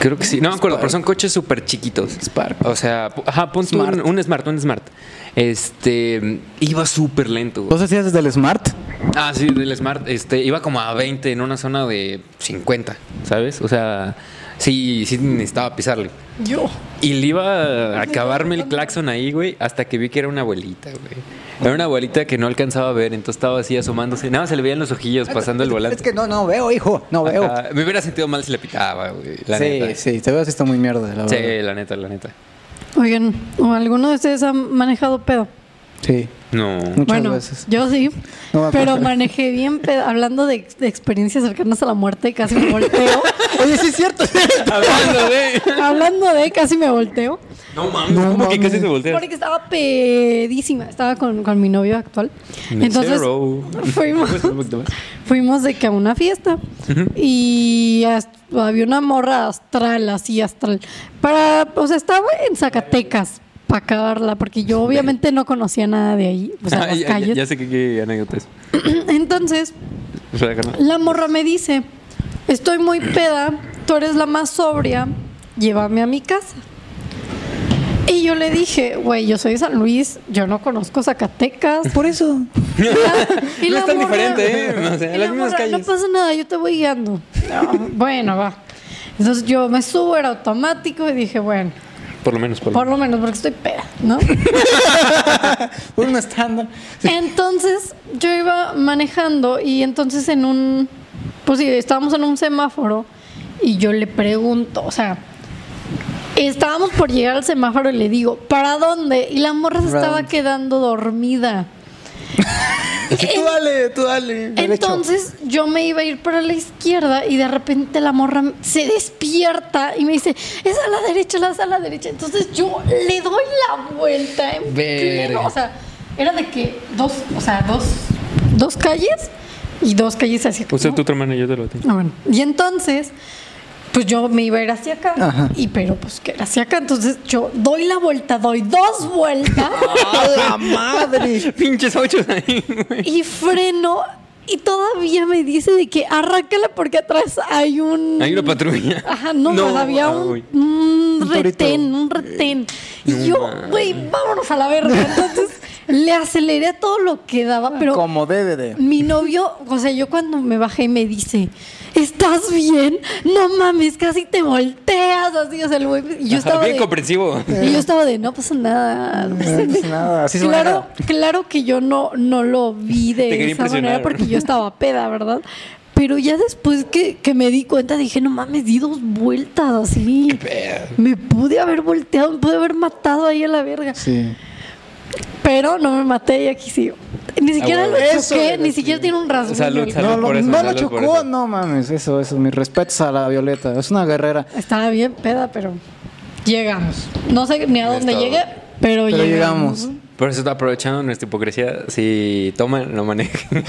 [SPEAKER 1] Creo que sí. No me acuerdo, pero son coches súper chiquitos.
[SPEAKER 4] Spark.
[SPEAKER 1] O sea, pu- ajá, pon tú
[SPEAKER 4] Smart.
[SPEAKER 1] Un, un Smart, un Smart. Este, iba súper lento.
[SPEAKER 4] ¿Vos hacías desde el Smart?
[SPEAKER 1] Ah, sí, del Smart. Este, iba como a 20 en una zona de 50, ¿sabes? O sea, sí, sí necesitaba pisarle.
[SPEAKER 3] Yo.
[SPEAKER 1] Y le iba a acabarme el claxon ahí, güey, hasta que vi que era una abuelita, güey. Era una abuelita que no alcanzaba a ver, entonces estaba así asomándose. Nada, más se le veían los ojillos pasando el volante.
[SPEAKER 4] Ah, Es que no, no veo, hijo. No veo.
[SPEAKER 1] Ajá, Me hubiera sentido mal si le pitaba, güey. La
[SPEAKER 4] sí,
[SPEAKER 1] neta.
[SPEAKER 4] sí, te veo así está muy mierda, la
[SPEAKER 1] Sí,
[SPEAKER 4] verdad.
[SPEAKER 1] la neta, la neta.
[SPEAKER 3] Oigan, ¿o alguno de ustedes ha manejado pedo?
[SPEAKER 4] Sí.
[SPEAKER 1] No.
[SPEAKER 4] Muchas
[SPEAKER 3] bueno,
[SPEAKER 4] veces.
[SPEAKER 3] yo sí,
[SPEAKER 4] No me
[SPEAKER 3] pero
[SPEAKER 4] acuerdo.
[SPEAKER 3] manejé bien, pe- hablando de, ex- de experiencias cercanas a la muerte, casi me volteo.
[SPEAKER 4] Oye, sí es cierto.
[SPEAKER 1] Hablando de.
[SPEAKER 3] hablando de casi me volteo,
[SPEAKER 1] No mames,
[SPEAKER 4] No
[SPEAKER 1] ¿cómo que
[SPEAKER 4] mames.
[SPEAKER 1] casi te volteas?
[SPEAKER 3] porque estaba pedísima, estaba con, con mi novio actual.
[SPEAKER 1] Me
[SPEAKER 3] Entonces,
[SPEAKER 1] cero.
[SPEAKER 3] fuimos,
[SPEAKER 1] ¿Puedes hablar un poquito más?
[SPEAKER 3] fuimos de que a una fiesta y as- había una morra astral, así astral. Para, o sea, estaba en Zacatecas para acabarla, porque yo obviamente no conocía nada de ahí, o sea,
[SPEAKER 1] Ah,
[SPEAKER 3] las
[SPEAKER 1] ya, ya-
[SPEAKER 3] calles.
[SPEAKER 1] ya sé que qué anécdota es.
[SPEAKER 3] Entonces,
[SPEAKER 1] O sea, carnal.
[SPEAKER 3] La morra me dice, estoy muy peda, tú eres la más sobria, llévame a mi casa. Y yo le dije, güey, yo soy de San Luis, yo no conozco Zacatecas.
[SPEAKER 4] Por eso.
[SPEAKER 3] Y
[SPEAKER 1] No
[SPEAKER 3] la
[SPEAKER 1] es tan
[SPEAKER 3] morra-
[SPEAKER 1] diferente, ¿eh? O sea,
[SPEAKER 3] y
[SPEAKER 1] en
[SPEAKER 3] la
[SPEAKER 1] las mismas
[SPEAKER 3] morra,
[SPEAKER 1] calles.
[SPEAKER 3] No pasa nada, yo te voy guiando. No, bueno, va. Entonces yo me subo, era automático y dije, bueno,
[SPEAKER 1] Por lo menos, por lo
[SPEAKER 3] por lo menos porque estoy peda, ¿no?
[SPEAKER 4] Un estándar.
[SPEAKER 3] Entonces yo iba manejando y entonces en un, pues sí, estábamos en un semáforo y yo le pregunto, o sea, estábamos por llegar al semáforo y le digo, ¿para dónde? Y la morra se
[SPEAKER 4] ¿Para
[SPEAKER 3] estaba
[SPEAKER 4] dónde?
[SPEAKER 3] quedando dormida.
[SPEAKER 4] Tú dale, tú dale. derecho.
[SPEAKER 3] Entonces yo me iba a ir para la izquierda y de repente la morra se despierta y me dice, es a la derecha, es a la derecha. Entonces yo le doy la vuelta en
[SPEAKER 1] Verga.
[SPEAKER 3] pleno, o sea, era de que dos, o sea, dos, dos calles y dos calles hacia acá.
[SPEAKER 1] O sea,
[SPEAKER 3] ¿no?
[SPEAKER 1] Pues, tu otra mano y yo te lo tengo.
[SPEAKER 3] Ah, bueno. Y entonces, pues yo me iba a ir hacia acá.
[SPEAKER 4] Ajá.
[SPEAKER 3] Y pero pues que era hacia acá. Entonces yo doy la vuelta, doy dos vueltas.
[SPEAKER 1] Ah,
[SPEAKER 4] ¡A la madre!
[SPEAKER 1] Pinches ochos ahí, güey.
[SPEAKER 3] y freno y todavía me dice de que arráncala porque atrás hay un
[SPEAKER 1] Hay una patrulla.
[SPEAKER 3] Ajá, no, pues, había
[SPEAKER 1] ah,
[SPEAKER 3] un,
[SPEAKER 1] güey.
[SPEAKER 3] un
[SPEAKER 4] Un torito.
[SPEAKER 3] retén, un retén. Y
[SPEAKER 1] Eh, No
[SPEAKER 3] yo,
[SPEAKER 1] mames.
[SPEAKER 3] güey, vámonos a la verga. Entonces, Le aceleré todo lo que
[SPEAKER 4] Ah,
[SPEAKER 3] daba, pero
[SPEAKER 4] Como DVD.
[SPEAKER 3] mi novio, o sea, yo cuando me bajé y me dice, ¿estás bien? No mames, casi te volteas, así, o sea, el güey, y yo estaba
[SPEAKER 1] Bien
[SPEAKER 3] de-
[SPEAKER 1] comprensivo.
[SPEAKER 3] y yo estaba de, no pasa nada.
[SPEAKER 4] pues nada, así se
[SPEAKER 3] claro,
[SPEAKER 4] maneja.
[SPEAKER 3] claro que yo no, no lo vi
[SPEAKER 1] Te
[SPEAKER 3] de
[SPEAKER 1] quería
[SPEAKER 3] esa manera
[SPEAKER 1] impresionar.
[SPEAKER 3] porque yo estaba peda, ¿verdad? Pero ya después que, que me di cuenta dije, no mames, di dos vueltas así. Me pude haber volteado, me pude haber matado ahí a la verga.
[SPEAKER 4] Sí.
[SPEAKER 3] Pero no me maté y aquí sigo.
[SPEAKER 1] Ah,
[SPEAKER 3] Ni siquiera
[SPEAKER 1] huevo.
[SPEAKER 3] lo choqué,
[SPEAKER 4] Eso era,
[SPEAKER 3] ni
[SPEAKER 4] sí.
[SPEAKER 3] siquiera tiene un rasguño.
[SPEAKER 1] Salud,
[SPEAKER 3] el-
[SPEAKER 1] salud.
[SPEAKER 4] no,
[SPEAKER 1] por
[SPEAKER 4] lo,
[SPEAKER 1] eso,
[SPEAKER 4] no
[SPEAKER 1] salud
[SPEAKER 4] lo
[SPEAKER 1] por
[SPEAKER 4] chocó,
[SPEAKER 1] eso.
[SPEAKER 4] no mames. Eso, eso. Mis respetos a la Violeta. Es una guerrera.
[SPEAKER 3] Estaba bien peda, pero llegamos. No sé ni a dónde
[SPEAKER 1] Estaba-
[SPEAKER 3] llegué, pero,
[SPEAKER 4] Pero
[SPEAKER 3] llegamos.
[SPEAKER 4] llegamos.
[SPEAKER 1] Por eso aprovechando nuestra hipocresía, si toman, lo manejen.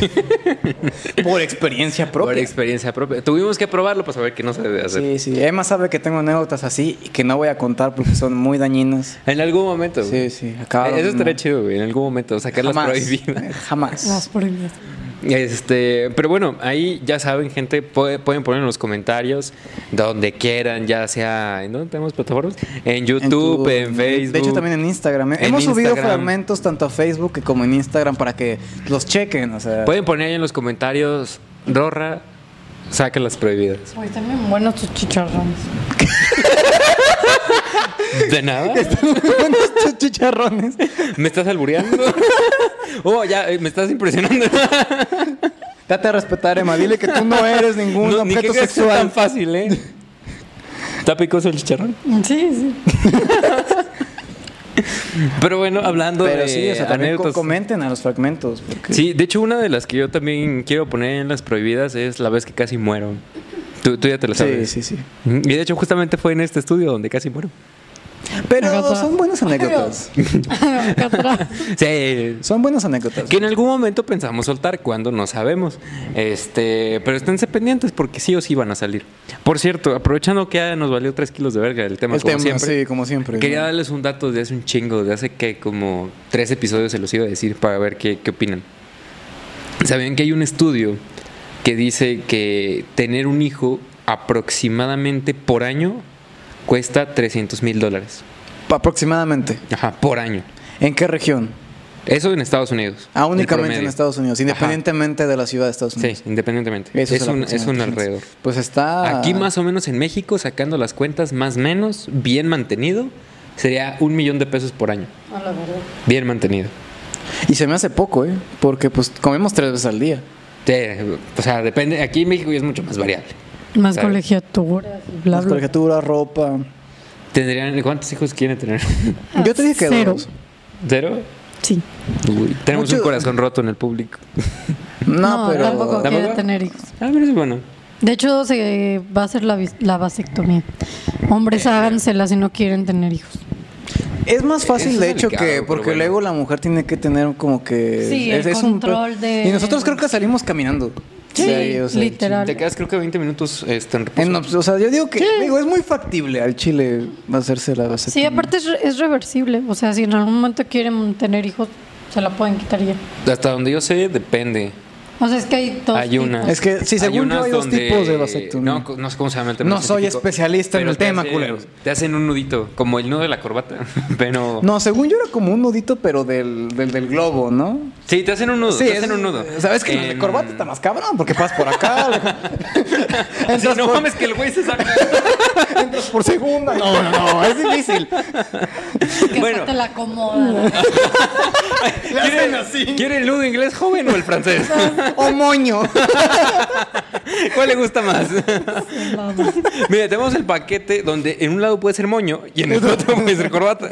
[SPEAKER 4] Por experiencia
[SPEAKER 1] Por experiencia propia. Tuvimos que probarlo para saber que no se debe hacer.
[SPEAKER 4] Sí, sí. Emma sabe que tengo anécdotas así y que no voy a contar porque son muy dañinas.
[SPEAKER 1] En algún momento.
[SPEAKER 4] Sí,
[SPEAKER 1] güey.
[SPEAKER 4] sí, acabaron,
[SPEAKER 1] Eso estaría
[SPEAKER 4] ¿no?
[SPEAKER 1] chido, güey. En algún momento, sacarlas
[SPEAKER 4] Jamás.
[SPEAKER 1] prohibidas.
[SPEAKER 3] Las
[SPEAKER 4] Jamás.
[SPEAKER 3] prohibidas.
[SPEAKER 1] Este, pero bueno, ahí ya saben, gente, puede- pueden poner en los comentarios donde quieran, ya sea en donde tenemos plataformas, en
[SPEAKER 4] En
[SPEAKER 1] YouTube,
[SPEAKER 4] tu-
[SPEAKER 1] en, Facebook.
[SPEAKER 4] De hecho, también en Instagram. ¿eh?
[SPEAKER 1] En
[SPEAKER 4] Hemos subido
[SPEAKER 1] Instagram.
[SPEAKER 4] fragmentos tanto a Facebook que como en Instagram para que los chequen. O sea,
[SPEAKER 1] Pueden poner ahí en los comentarios, Rorra, saca las prohibidas.
[SPEAKER 3] Pues también buenos tus chicharrones.
[SPEAKER 1] De nada.
[SPEAKER 4] estos chicharrones.
[SPEAKER 1] ¿Me estás albureando? oh, ya, eh, me estás impresionando.
[SPEAKER 4] Date a respetar, Emma. Dile que tú no eres ningún
[SPEAKER 1] No, ni que
[SPEAKER 4] objeto
[SPEAKER 1] creas que sea
[SPEAKER 4] sexual.
[SPEAKER 1] tan fácil, ¿eh? ¿Está picoso el chicharrón?
[SPEAKER 3] Sí, sí.
[SPEAKER 1] Pero bueno, hablando
[SPEAKER 4] Pero
[SPEAKER 1] de
[SPEAKER 4] sí, o sea, también co-
[SPEAKER 1] anécdotas.
[SPEAKER 4] comenten a los fragmentos. Porque...
[SPEAKER 1] Sí, de hecho, una de las que yo también quiero poner en las prohibidas es la vez que casi muero. Tú, tú ya te lo
[SPEAKER 4] Sí,
[SPEAKER 1] sabes.
[SPEAKER 4] sí, sí.
[SPEAKER 1] Y de hecho, justamente fue en este estudio donde casi muero.
[SPEAKER 4] Pero
[SPEAKER 3] Agata.
[SPEAKER 4] son buenas anécdotas.
[SPEAKER 3] Acá atrás.
[SPEAKER 1] Sí.
[SPEAKER 4] Son buenas anécdotas.
[SPEAKER 1] Que en algún momento pensamos soltar, cuando no sabemos. Este, pero esténse pendientes porque sí o sí van a salir. Por cierto, aprovechando que ya nos valió 3 kilos de verga el tema,
[SPEAKER 4] El
[SPEAKER 1] como
[SPEAKER 4] tema,
[SPEAKER 1] siempre.
[SPEAKER 4] sí, como siempre.
[SPEAKER 1] Quería
[SPEAKER 4] ¿no?
[SPEAKER 1] darles un dato de hace un chingo, de hace que como tres episodios se los iba a decir para ver qué, qué opinan. ¿Sabían que hay un estudio que dice que tener un hijo aproximadamente por año cuesta 300 mil dólares?
[SPEAKER 4] Aproximadamente.
[SPEAKER 1] Ajá, por año.
[SPEAKER 4] ¿En qué región?
[SPEAKER 1] Eso en Estados Unidos.
[SPEAKER 4] Ah,
[SPEAKER 1] el
[SPEAKER 4] únicamente en
[SPEAKER 1] promedio.
[SPEAKER 4] Estados Unidos,
[SPEAKER 1] Ajá.
[SPEAKER 4] independientemente de la ciudad de Estados
[SPEAKER 1] Sí,
[SPEAKER 4] Unidos.
[SPEAKER 1] independientemente.
[SPEAKER 4] Eso
[SPEAKER 1] es,
[SPEAKER 4] el
[SPEAKER 1] un, es un
[SPEAKER 4] aproximadamente.
[SPEAKER 1] alrededor.
[SPEAKER 4] Pues está.
[SPEAKER 1] Aquí más o menos en México, sacando las cuentas, más menos, bien mantenido, sería un millón de pesos por año.
[SPEAKER 3] A la verdad.
[SPEAKER 1] Bien mantenido.
[SPEAKER 4] Y se me hace poco, ¿eh? Porque pues comemos tres veces al día.
[SPEAKER 1] Sí, o sea, depende. Aquí en México ya es mucho más variable.
[SPEAKER 3] Más
[SPEAKER 1] ¿Sabes?
[SPEAKER 3] colegiaturas y bla,
[SPEAKER 4] Las
[SPEAKER 3] bla.
[SPEAKER 4] colegiaturas, ropa.
[SPEAKER 1] ¿Tendrían, ¿Cuántos hijos quieren tener?
[SPEAKER 4] Yo te dije que
[SPEAKER 3] Ah, Cero.
[SPEAKER 4] dos.
[SPEAKER 1] ¿Cero?
[SPEAKER 3] Sí.
[SPEAKER 1] Uy, tenemos
[SPEAKER 4] Mucho-
[SPEAKER 1] un corazón roto en el público.
[SPEAKER 4] No, pero.
[SPEAKER 3] tampoco,
[SPEAKER 1] ¿Tampoco?
[SPEAKER 3] quiere tener hijos.
[SPEAKER 1] A ver, es bueno.
[SPEAKER 3] De hecho, se va a hacer la, vis- la vasectomía.
[SPEAKER 1] Eh,
[SPEAKER 3] Hombres hágansela si no quieren tener hijos.
[SPEAKER 4] Es más fácil,
[SPEAKER 1] Eso
[SPEAKER 4] de
[SPEAKER 1] es
[SPEAKER 4] hecho,
[SPEAKER 1] delicado,
[SPEAKER 4] que
[SPEAKER 1] pero
[SPEAKER 4] porque
[SPEAKER 1] bueno.
[SPEAKER 4] luego la mujer tiene que tener como que.
[SPEAKER 3] Sí, el
[SPEAKER 4] un pe-
[SPEAKER 3] control de-
[SPEAKER 4] Y nosotros creo que salimos caminando.
[SPEAKER 3] Sí, literal.
[SPEAKER 1] Te quedas creo que 20 minutos este, en reposo.
[SPEAKER 4] en- o sea, yo digo que digo, es muy factible al chile hacerse la vasectomía.
[SPEAKER 3] Sí, aparte es, re- es reversible. O sea, si en algún momento quieren tener hijos, se la pueden quitar ya.
[SPEAKER 1] Hasta donde yo sé, depende.
[SPEAKER 3] O sea, es que hay dos.
[SPEAKER 1] hay una.
[SPEAKER 3] tipos.
[SPEAKER 4] Es que, sí, según yo, hay dos tipos de vasectomía.
[SPEAKER 1] No, co- no sé cómo se llama el tema
[SPEAKER 4] No soy
[SPEAKER 1] científico,
[SPEAKER 4] especialista en
[SPEAKER 1] pero
[SPEAKER 4] el
[SPEAKER 1] te
[SPEAKER 4] tema,
[SPEAKER 1] hacen-
[SPEAKER 4] culeros.
[SPEAKER 1] Te hacen un nudito, como el nudo de la corbata. Pero.
[SPEAKER 4] No, según yo era como un nudito, pero del, del, del globo, ¿no?
[SPEAKER 1] Sí, te hacen un nudo.
[SPEAKER 4] Sí,
[SPEAKER 1] te hacen
[SPEAKER 4] es-
[SPEAKER 1] un nudo. Em,
[SPEAKER 4] ¿Sabes que el de
[SPEAKER 1] En-
[SPEAKER 4] corbata está más cabrón? Porque pasas por acá.
[SPEAKER 1] Así,
[SPEAKER 4] entras,
[SPEAKER 1] no
[SPEAKER 4] por,
[SPEAKER 1] mames, que el güey se saca.
[SPEAKER 4] entras por segunda. No, no, no, es difícil.
[SPEAKER 3] que
[SPEAKER 1] bueno.
[SPEAKER 3] hasta te la acomodan.
[SPEAKER 1] ¿Quiere, quiere el nudo inglés joven o el francés?
[SPEAKER 4] O Oh, moño.
[SPEAKER 1] ¿Cuál le gusta más? Mira, tenemos el paquete donde en un lado puede ser moño y en el otro puede ser corbata.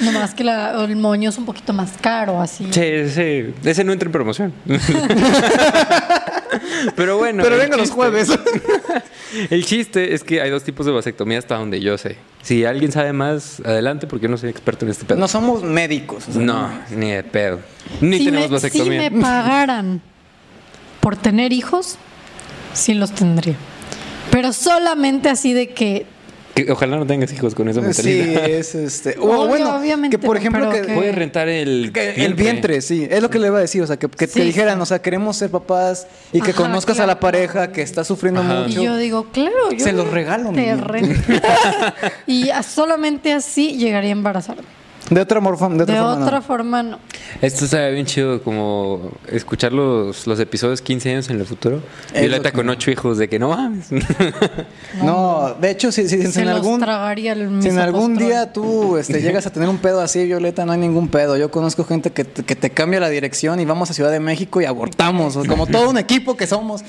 [SPEAKER 3] Nomás que la- el moño es un poquito más caro, así.
[SPEAKER 1] Che, ese, ese no entra en promoción. Pero bueno.
[SPEAKER 4] pero
[SPEAKER 1] el
[SPEAKER 4] venga los
[SPEAKER 1] chiste-
[SPEAKER 4] jueves.
[SPEAKER 1] El chiste es que hay dos tipos de vasectomía hasta donde yo sé. Si alguien sabe más, adelante, porque yo no soy experto en este pedo.
[SPEAKER 4] No somos médicos. o sea,
[SPEAKER 1] No, ni de pedo. Ni
[SPEAKER 3] si,
[SPEAKER 1] tenemos
[SPEAKER 3] me, si
[SPEAKER 1] vasectomía.
[SPEAKER 3] me pagaran por tener hijos, sí los tendría. Pero solamente así de que
[SPEAKER 1] Que ojalá no tengas hijos con esa
[SPEAKER 4] Sí,
[SPEAKER 1] mentalidad.
[SPEAKER 4] es este. o
[SPEAKER 3] Obvio,
[SPEAKER 4] bueno,
[SPEAKER 3] obviamente,
[SPEAKER 4] que por
[SPEAKER 3] no,
[SPEAKER 4] ejemplo,
[SPEAKER 3] pero
[SPEAKER 4] que,
[SPEAKER 3] que-
[SPEAKER 1] Puedes rentar el
[SPEAKER 4] que el vientre, sí. Es lo que le iba a decir. O sea, que, que
[SPEAKER 3] Sí.
[SPEAKER 4] te dijeran, o sea, queremos ser papás y que
[SPEAKER 3] Ajá,
[SPEAKER 4] conozcas a la
[SPEAKER 3] claro.
[SPEAKER 4] pareja que está sufriendo
[SPEAKER 1] Ah,
[SPEAKER 3] Y
[SPEAKER 4] mucho.
[SPEAKER 3] yo digo, claro, yo
[SPEAKER 4] Se los regalo,
[SPEAKER 3] te
[SPEAKER 4] niño.
[SPEAKER 3] rento. y a- solamente así llegaría a embarazarme.
[SPEAKER 4] De otra, morfa- de otra
[SPEAKER 3] De
[SPEAKER 4] forma. no.
[SPEAKER 3] otra forma no.
[SPEAKER 1] Esto está bien chido, como escuchar los, los episodios 15 años en el futuro.
[SPEAKER 4] Es
[SPEAKER 1] Violeta
[SPEAKER 4] lo que-
[SPEAKER 1] con ocho hijos, de que no mames.
[SPEAKER 4] No, de hecho, si, si- si
[SPEAKER 3] Se
[SPEAKER 4] en
[SPEAKER 3] los
[SPEAKER 4] algún,
[SPEAKER 3] tragaría el
[SPEAKER 4] si en algún
[SPEAKER 3] misopostrol.
[SPEAKER 4] día tú este, llegas a tener un pedo así, Violeta, no hay ningún pedo. Yo conozco gente que, te- que te cambia la dirección y vamos a Ciudad de México y abortamos, como todo un equipo que somos.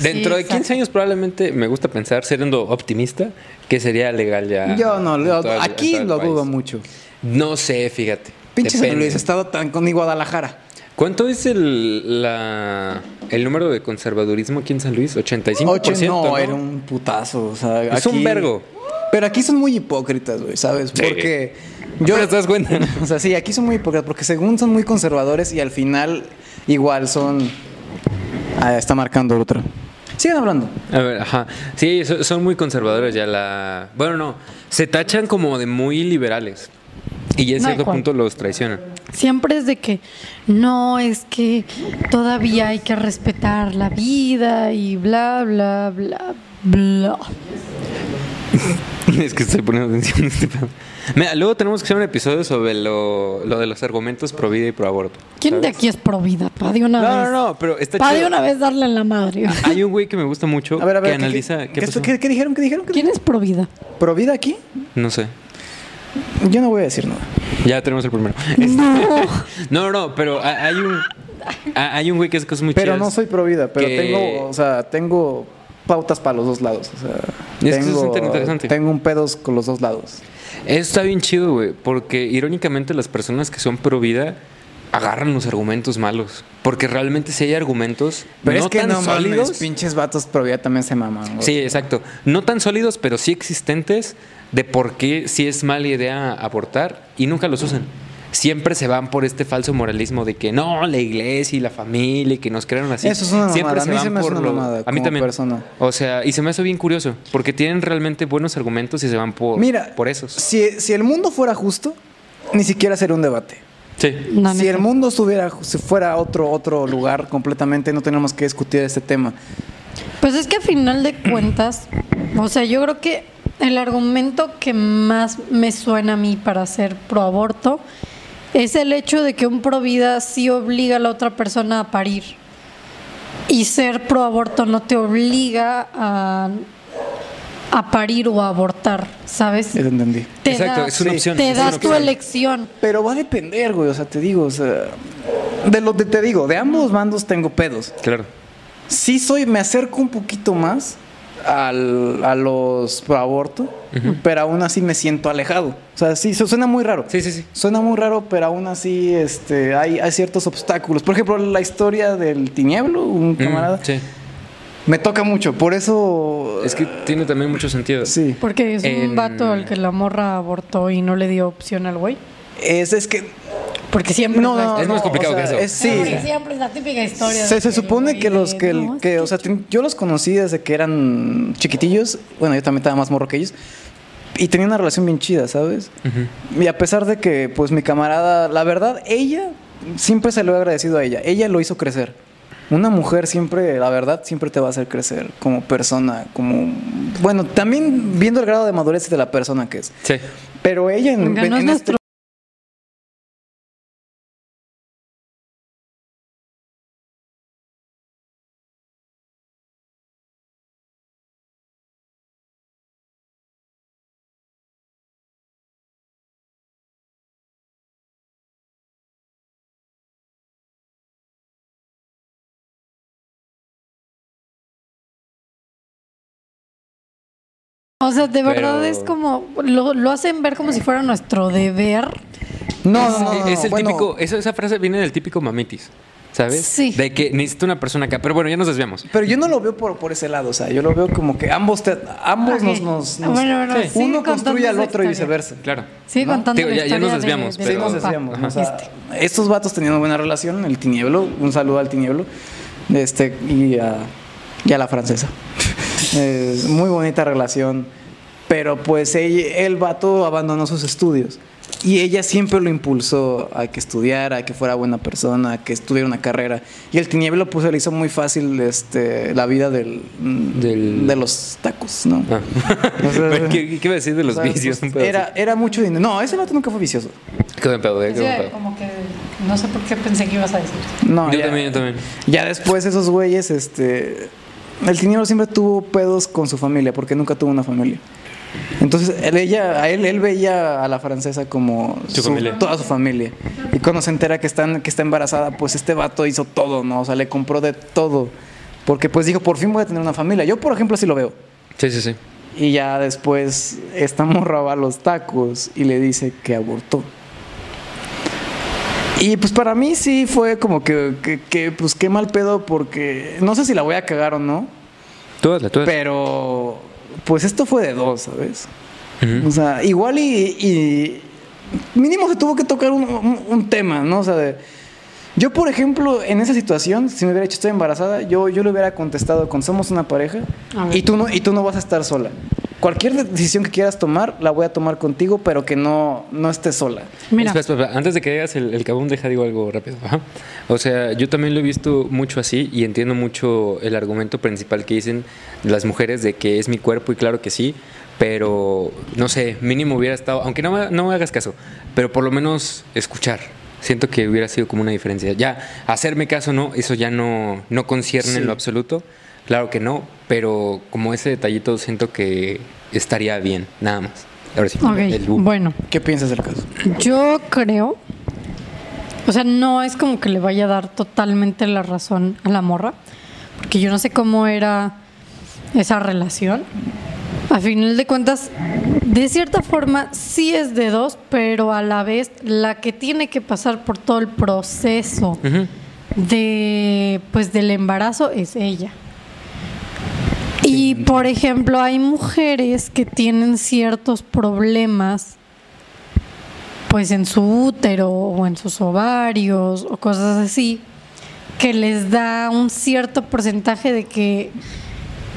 [SPEAKER 1] Dentro de
[SPEAKER 3] exacto.
[SPEAKER 1] 15 años probablemente, me gusta pensar, siendo optimista, que sería legal ya.
[SPEAKER 4] Yo no,
[SPEAKER 1] Ah, en
[SPEAKER 4] lo-
[SPEAKER 1] todo el- en
[SPEAKER 4] aquí
[SPEAKER 1] todo el
[SPEAKER 4] lo
[SPEAKER 1] país.
[SPEAKER 4] dudo mucho.
[SPEAKER 1] No sé, fíjate.
[SPEAKER 4] Pinche San
[SPEAKER 1] Depende.
[SPEAKER 4] Luis, estado tan con y Guadalajara.
[SPEAKER 1] ¿Cuánto es el, la- el número de conservadurismo aquí en San Luis? 85%.
[SPEAKER 4] Ocho, no,
[SPEAKER 1] ¿no?
[SPEAKER 4] era un putazo. O sea,
[SPEAKER 1] Es un vergo.
[SPEAKER 4] Pero aquí son muy hipócritas, güey, ¿sabes?
[SPEAKER 1] Sí.
[SPEAKER 4] Porque
[SPEAKER 1] Yo te das cuenta.
[SPEAKER 4] O sea, sí, aquí son muy hipócritas porque según son muy conservadores y al final igual son... Ah, está marcando otra. Sigan hablando.
[SPEAKER 1] A ver, ajá. Sí, so- son muy conservadores ya la... Bueno, no. Se tachan como de muy liberales. Y ya en
[SPEAKER 3] No,
[SPEAKER 1] cierto
[SPEAKER 3] Juan.
[SPEAKER 1] punto los traicionan.
[SPEAKER 3] Siempre es de que no, es que todavía hay que respetar la vida y bla, bla, bla, bla.
[SPEAKER 1] es que estoy poniendo atención a este pedo. Mira, luego tenemos que hacer un episodio sobre lo, lo de los argumentos pro vida y pro aborto.
[SPEAKER 3] ¿Quién de
[SPEAKER 1] ¿sabes?
[SPEAKER 3] aquí es pro vida? Pa' de una
[SPEAKER 1] No,
[SPEAKER 3] vez.
[SPEAKER 1] no, no, pero está
[SPEAKER 3] Pa' de
[SPEAKER 1] chido.
[SPEAKER 3] una vez darle en la madre.
[SPEAKER 1] Hay un güey que me gusta mucho
[SPEAKER 4] A ver, a ver.
[SPEAKER 1] que analiza... ¿Qué,
[SPEAKER 4] qué,
[SPEAKER 1] pasó?
[SPEAKER 4] qué- qué dijeron? ¿Qué dijeron? ¿Qué
[SPEAKER 3] ¿Quién es pro vida?
[SPEAKER 4] dijeron? ¿Provida aquí?
[SPEAKER 1] No sé.
[SPEAKER 4] Yo no voy a decir nada.
[SPEAKER 1] Ya tenemos el primero.
[SPEAKER 3] No.
[SPEAKER 1] No, no, no, pero ha- hay un... ha- Hay un güey que hace cosas muy
[SPEAKER 4] Pero
[SPEAKER 1] chidas.
[SPEAKER 4] no soy provida, pero
[SPEAKER 1] que-
[SPEAKER 4] tengo, o sea, tengo pautas para los dos lados. O sea,
[SPEAKER 1] Y esto es
[SPEAKER 4] tengo,
[SPEAKER 1] interesante.
[SPEAKER 4] tengo un pedos con los dos lados.
[SPEAKER 1] Eso está bien chido, güey, porque irónicamente las personas que son pro vida agarran los argumentos malos, porque realmente si hay argumentos
[SPEAKER 4] Pero
[SPEAKER 1] no
[SPEAKER 4] es que
[SPEAKER 1] tan
[SPEAKER 4] no mames,
[SPEAKER 1] sólidos.
[SPEAKER 4] pinches vatos provida también se maman. güey.
[SPEAKER 1] sí, exacto, no tan sólidos, pero sí existentes de por qué sí es mala idea abortar y nunca los usan. Siempre se van por este falso moralismo de que no, la iglesia y la familia y que nos crearon así.
[SPEAKER 4] Eso es una
[SPEAKER 1] Siempre
[SPEAKER 4] mamada. A mí se me hace
[SPEAKER 1] por
[SPEAKER 4] una mamada
[SPEAKER 1] A mí
[SPEAKER 4] como
[SPEAKER 1] también.
[SPEAKER 4] persona.
[SPEAKER 1] O sea, y se me hace bien curioso, porque tienen realmente buenos argumentos y se van por,
[SPEAKER 4] Mira,
[SPEAKER 1] por esos.
[SPEAKER 4] Si, si el mundo fuera justo, ni siquiera sería un debate.
[SPEAKER 1] Sí.
[SPEAKER 3] La
[SPEAKER 4] si el
[SPEAKER 3] neta.
[SPEAKER 4] mundo estuviera, si fuera otro, otro lugar completamente, no tenemos que discutir este tema.
[SPEAKER 3] Pues es que a final de cuentas, o sea, yo creo que el argumento que más me suena a mí para ser pro aborto es el hecho de que un pro vida sí obliga a la otra persona a parir. Y ser pro aborto no te obliga a, a parir o a abortar, ¿sabes?
[SPEAKER 4] Ya te entendí.
[SPEAKER 3] Te
[SPEAKER 1] Exacto,
[SPEAKER 3] da-
[SPEAKER 1] es una opción,
[SPEAKER 3] Te
[SPEAKER 1] es una
[SPEAKER 3] das tu
[SPEAKER 1] opción.
[SPEAKER 3] elección.
[SPEAKER 4] Pero va a depender, güey. O sea, te digo, o sea, de lo que te digo, de ambos bandos tengo pedos.
[SPEAKER 1] Claro.
[SPEAKER 4] Sí soy, me acerco un poquito más al, a los pro aborto, pero aún así me siento alejado. O sea, sí, eso suena muy raro.
[SPEAKER 1] Sí, sí, sí.
[SPEAKER 4] Suena muy raro, pero aún así este, hay, hay ciertos obstáculos. Por ejemplo, la historia del Tinieblo, un camarada,
[SPEAKER 1] Mm, sí.
[SPEAKER 4] me toca mucho. Por eso.
[SPEAKER 1] Es que tiene también mucho sentido.
[SPEAKER 4] Sí.
[SPEAKER 3] Porque es
[SPEAKER 1] En-
[SPEAKER 3] un vato al que la morra abortó y no le dio opción al güey.
[SPEAKER 4] Es, es que.
[SPEAKER 3] Porque siempre
[SPEAKER 4] No,
[SPEAKER 3] es la
[SPEAKER 4] no,
[SPEAKER 1] Es más
[SPEAKER 4] no,
[SPEAKER 1] complicado
[SPEAKER 4] o sea,
[SPEAKER 1] que eso.
[SPEAKER 4] es- sí.
[SPEAKER 2] Porque siempre es la típica historia.
[SPEAKER 4] Se,
[SPEAKER 2] de
[SPEAKER 4] se
[SPEAKER 2] que
[SPEAKER 4] supone
[SPEAKER 2] el
[SPEAKER 4] que los
[SPEAKER 2] güey
[SPEAKER 4] que,
[SPEAKER 2] de-
[SPEAKER 4] el- que o sea, ten- yo los conocí desde que eran chiquitillos. Bueno, yo también estaba más morro que ellos. Y tenía una relación bien chida, ¿sabes? Y a pesar de que, pues, mi camarada, la verdad, ella, siempre se lo he agradecido a ella. Ella lo hizo crecer. Una mujer siempre, la verdad, siempre te va a hacer crecer como persona, como... Bueno, también viendo el grado de madurez de la persona que es.
[SPEAKER 1] Sí.
[SPEAKER 4] Pero ella en...
[SPEAKER 3] Oiga, no
[SPEAKER 4] en
[SPEAKER 3] es
[SPEAKER 4] este-
[SPEAKER 3] nuestro- O sea, de verdad
[SPEAKER 1] Pero-
[SPEAKER 3] es como. Lo, lo hacen ver como si fuera nuestro deber.
[SPEAKER 4] No, no, no, no,
[SPEAKER 1] es el
[SPEAKER 4] bueno,
[SPEAKER 1] típico, esa, esa frase viene del típico mamitis, ¿sabes?
[SPEAKER 3] Sí.
[SPEAKER 1] De que necesita una persona acá. Pero bueno, ya nos desviamos.
[SPEAKER 4] Pero yo no lo veo por, por ese lado, o sea, yo lo veo como que ambos, te- ambos
[SPEAKER 3] Ok.
[SPEAKER 4] nos... nos- nos-
[SPEAKER 3] Bueno, bueno,
[SPEAKER 1] Sí.
[SPEAKER 3] sigue
[SPEAKER 4] Uno construye
[SPEAKER 3] contando esa
[SPEAKER 4] al otro y
[SPEAKER 3] historia.
[SPEAKER 4] viceversa.
[SPEAKER 1] Claro.
[SPEAKER 3] Sigue
[SPEAKER 1] ¿No?
[SPEAKER 3] contando
[SPEAKER 1] Digo,
[SPEAKER 3] la
[SPEAKER 1] ya, ya
[SPEAKER 3] historia
[SPEAKER 1] nos
[SPEAKER 3] de-
[SPEAKER 1] desviamos.
[SPEAKER 3] de
[SPEAKER 4] Sí,
[SPEAKER 1] pero-
[SPEAKER 3] Pero-
[SPEAKER 4] nos desviamos. ¿no? O sea, Estos vatos tenían buena relación, el Tinieblo, un saludo al Tinieblo, este, y a, y a la francesa. Eh, muy bonita relación, pero pues ella- el vato abandonó sus estudios. Y ella siempre lo impulsó a que estudiara, a que fuera buena persona, a que estudiara una carrera. Y el Tinieblo pues se le hizo muy fácil este, la vida del,
[SPEAKER 1] Del-
[SPEAKER 4] de los tacos, ¿no?
[SPEAKER 1] Ah.
[SPEAKER 4] O sea,
[SPEAKER 1] Pero, ¿Qué, ¿Qué iba a decir de los
[SPEAKER 4] O sea,
[SPEAKER 1] vicios?
[SPEAKER 4] pues,
[SPEAKER 1] Un pedo
[SPEAKER 4] era,
[SPEAKER 1] así.
[SPEAKER 4] era mucho dinero. No, ese vato nunca fue vicioso.
[SPEAKER 1] Qué buen pedo, eh, qué
[SPEAKER 2] Sí,
[SPEAKER 1] buen pedo.
[SPEAKER 2] como que No sé por qué pensé que ibas a decir.
[SPEAKER 4] No,
[SPEAKER 1] yo
[SPEAKER 4] ya-
[SPEAKER 1] también, yo también.
[SPEAKER 4] Ya después esos güeyes, este... El dinero siempre tuvo pedos con su familia porque nunca tuvo una familia. Entonces, él, ella, a él, él veía a la francesa como
[SPEAKER 1] Su familia.
[SPEAKER 4] toda su familia. Y cuando se entera que, están, que está embarazada, pues este vato hizo todo, ¿no? O sea, le compró de todo. Porque pues dijo, por fin voy a tener una familia. Yo, por ejemplo, así lo veo.
[SPEAKER 1] Sí, sí, sí.
[SPEAKER 4] Y ya después esta morra va a los tacos y le dice que abortó. Y pues para mí sí fue como que, que, que, pues qué mal pedo porque no sé si la voy a cagar o no,
[SPEAKER 1] Tú hazla, tú hazla.
[SPEAKER 4] pero pues esto fue de dos, ¿sabes?
[SPEAKER 1] Ujú.
[SPEAKER 4] O sea, igual y, y mínimo se tuvo que tocar un, un- un tema, ¿no? O sea, de- yo por ejemplo en esa situación, si me hubiera dicho estoy embarazada, yo, yo le hubiera contestado con somos una pareja
[SPEAKER 3] A ver.
[SPEAKER 4] y tú, no, y tú no vas a estar sola. Cualquier de- decisión que quieras tomar, la voy a tomar contigo, pero que no, no estés sola.
[SPEAKER 3] Mira,
[SPEAKER 1] Espera, espera, espera. Antes de que hagas el, el cabón, deja digo algo rápido. Ajá. O sea, yo también lo he visto mucho así y entiendo mucho el argumento principal que dicen las mujeres de que es mi cuerpo y claro que sí, pero no sé, mínimo hubiera estado, aunque no, me- no me hagas caso, pero por lo menos escuchar. Siento que hubiera sido como una diferencia. Ya, hacerme caso no, eso ya no, no concierne en
[SPEAKER 4] Sí.
[SPEAKER 1] lo absoluto. Claro que no, pero como ese detallito siento que estaría bien, nada más. Ahora sí,
[SPEAKER 3] ok,
[SPEAKER 1] el bu-
[SPEAKER 3] bueno,
[SPEAKER 4] ¿Qué piensas del caso?
[SPEAKER 3] yo creo, o sea, no es como que le vaya a dar totalmente la razón a la morra, porque yo no sé cómo era esa relación. A final de cuentas, de cierta forma sí es de dos, pero a la vez la que tiene que pasar por todo el proceso
[SPEAKER 1] Ujú.
[SPEAKER 3] de pues del embarazo es ella. Y por ejemplo, hay mujeres que tienen ciertos problemas pues en su útero o en sus ovarios o cosas así que les da un cierto porcentaje de que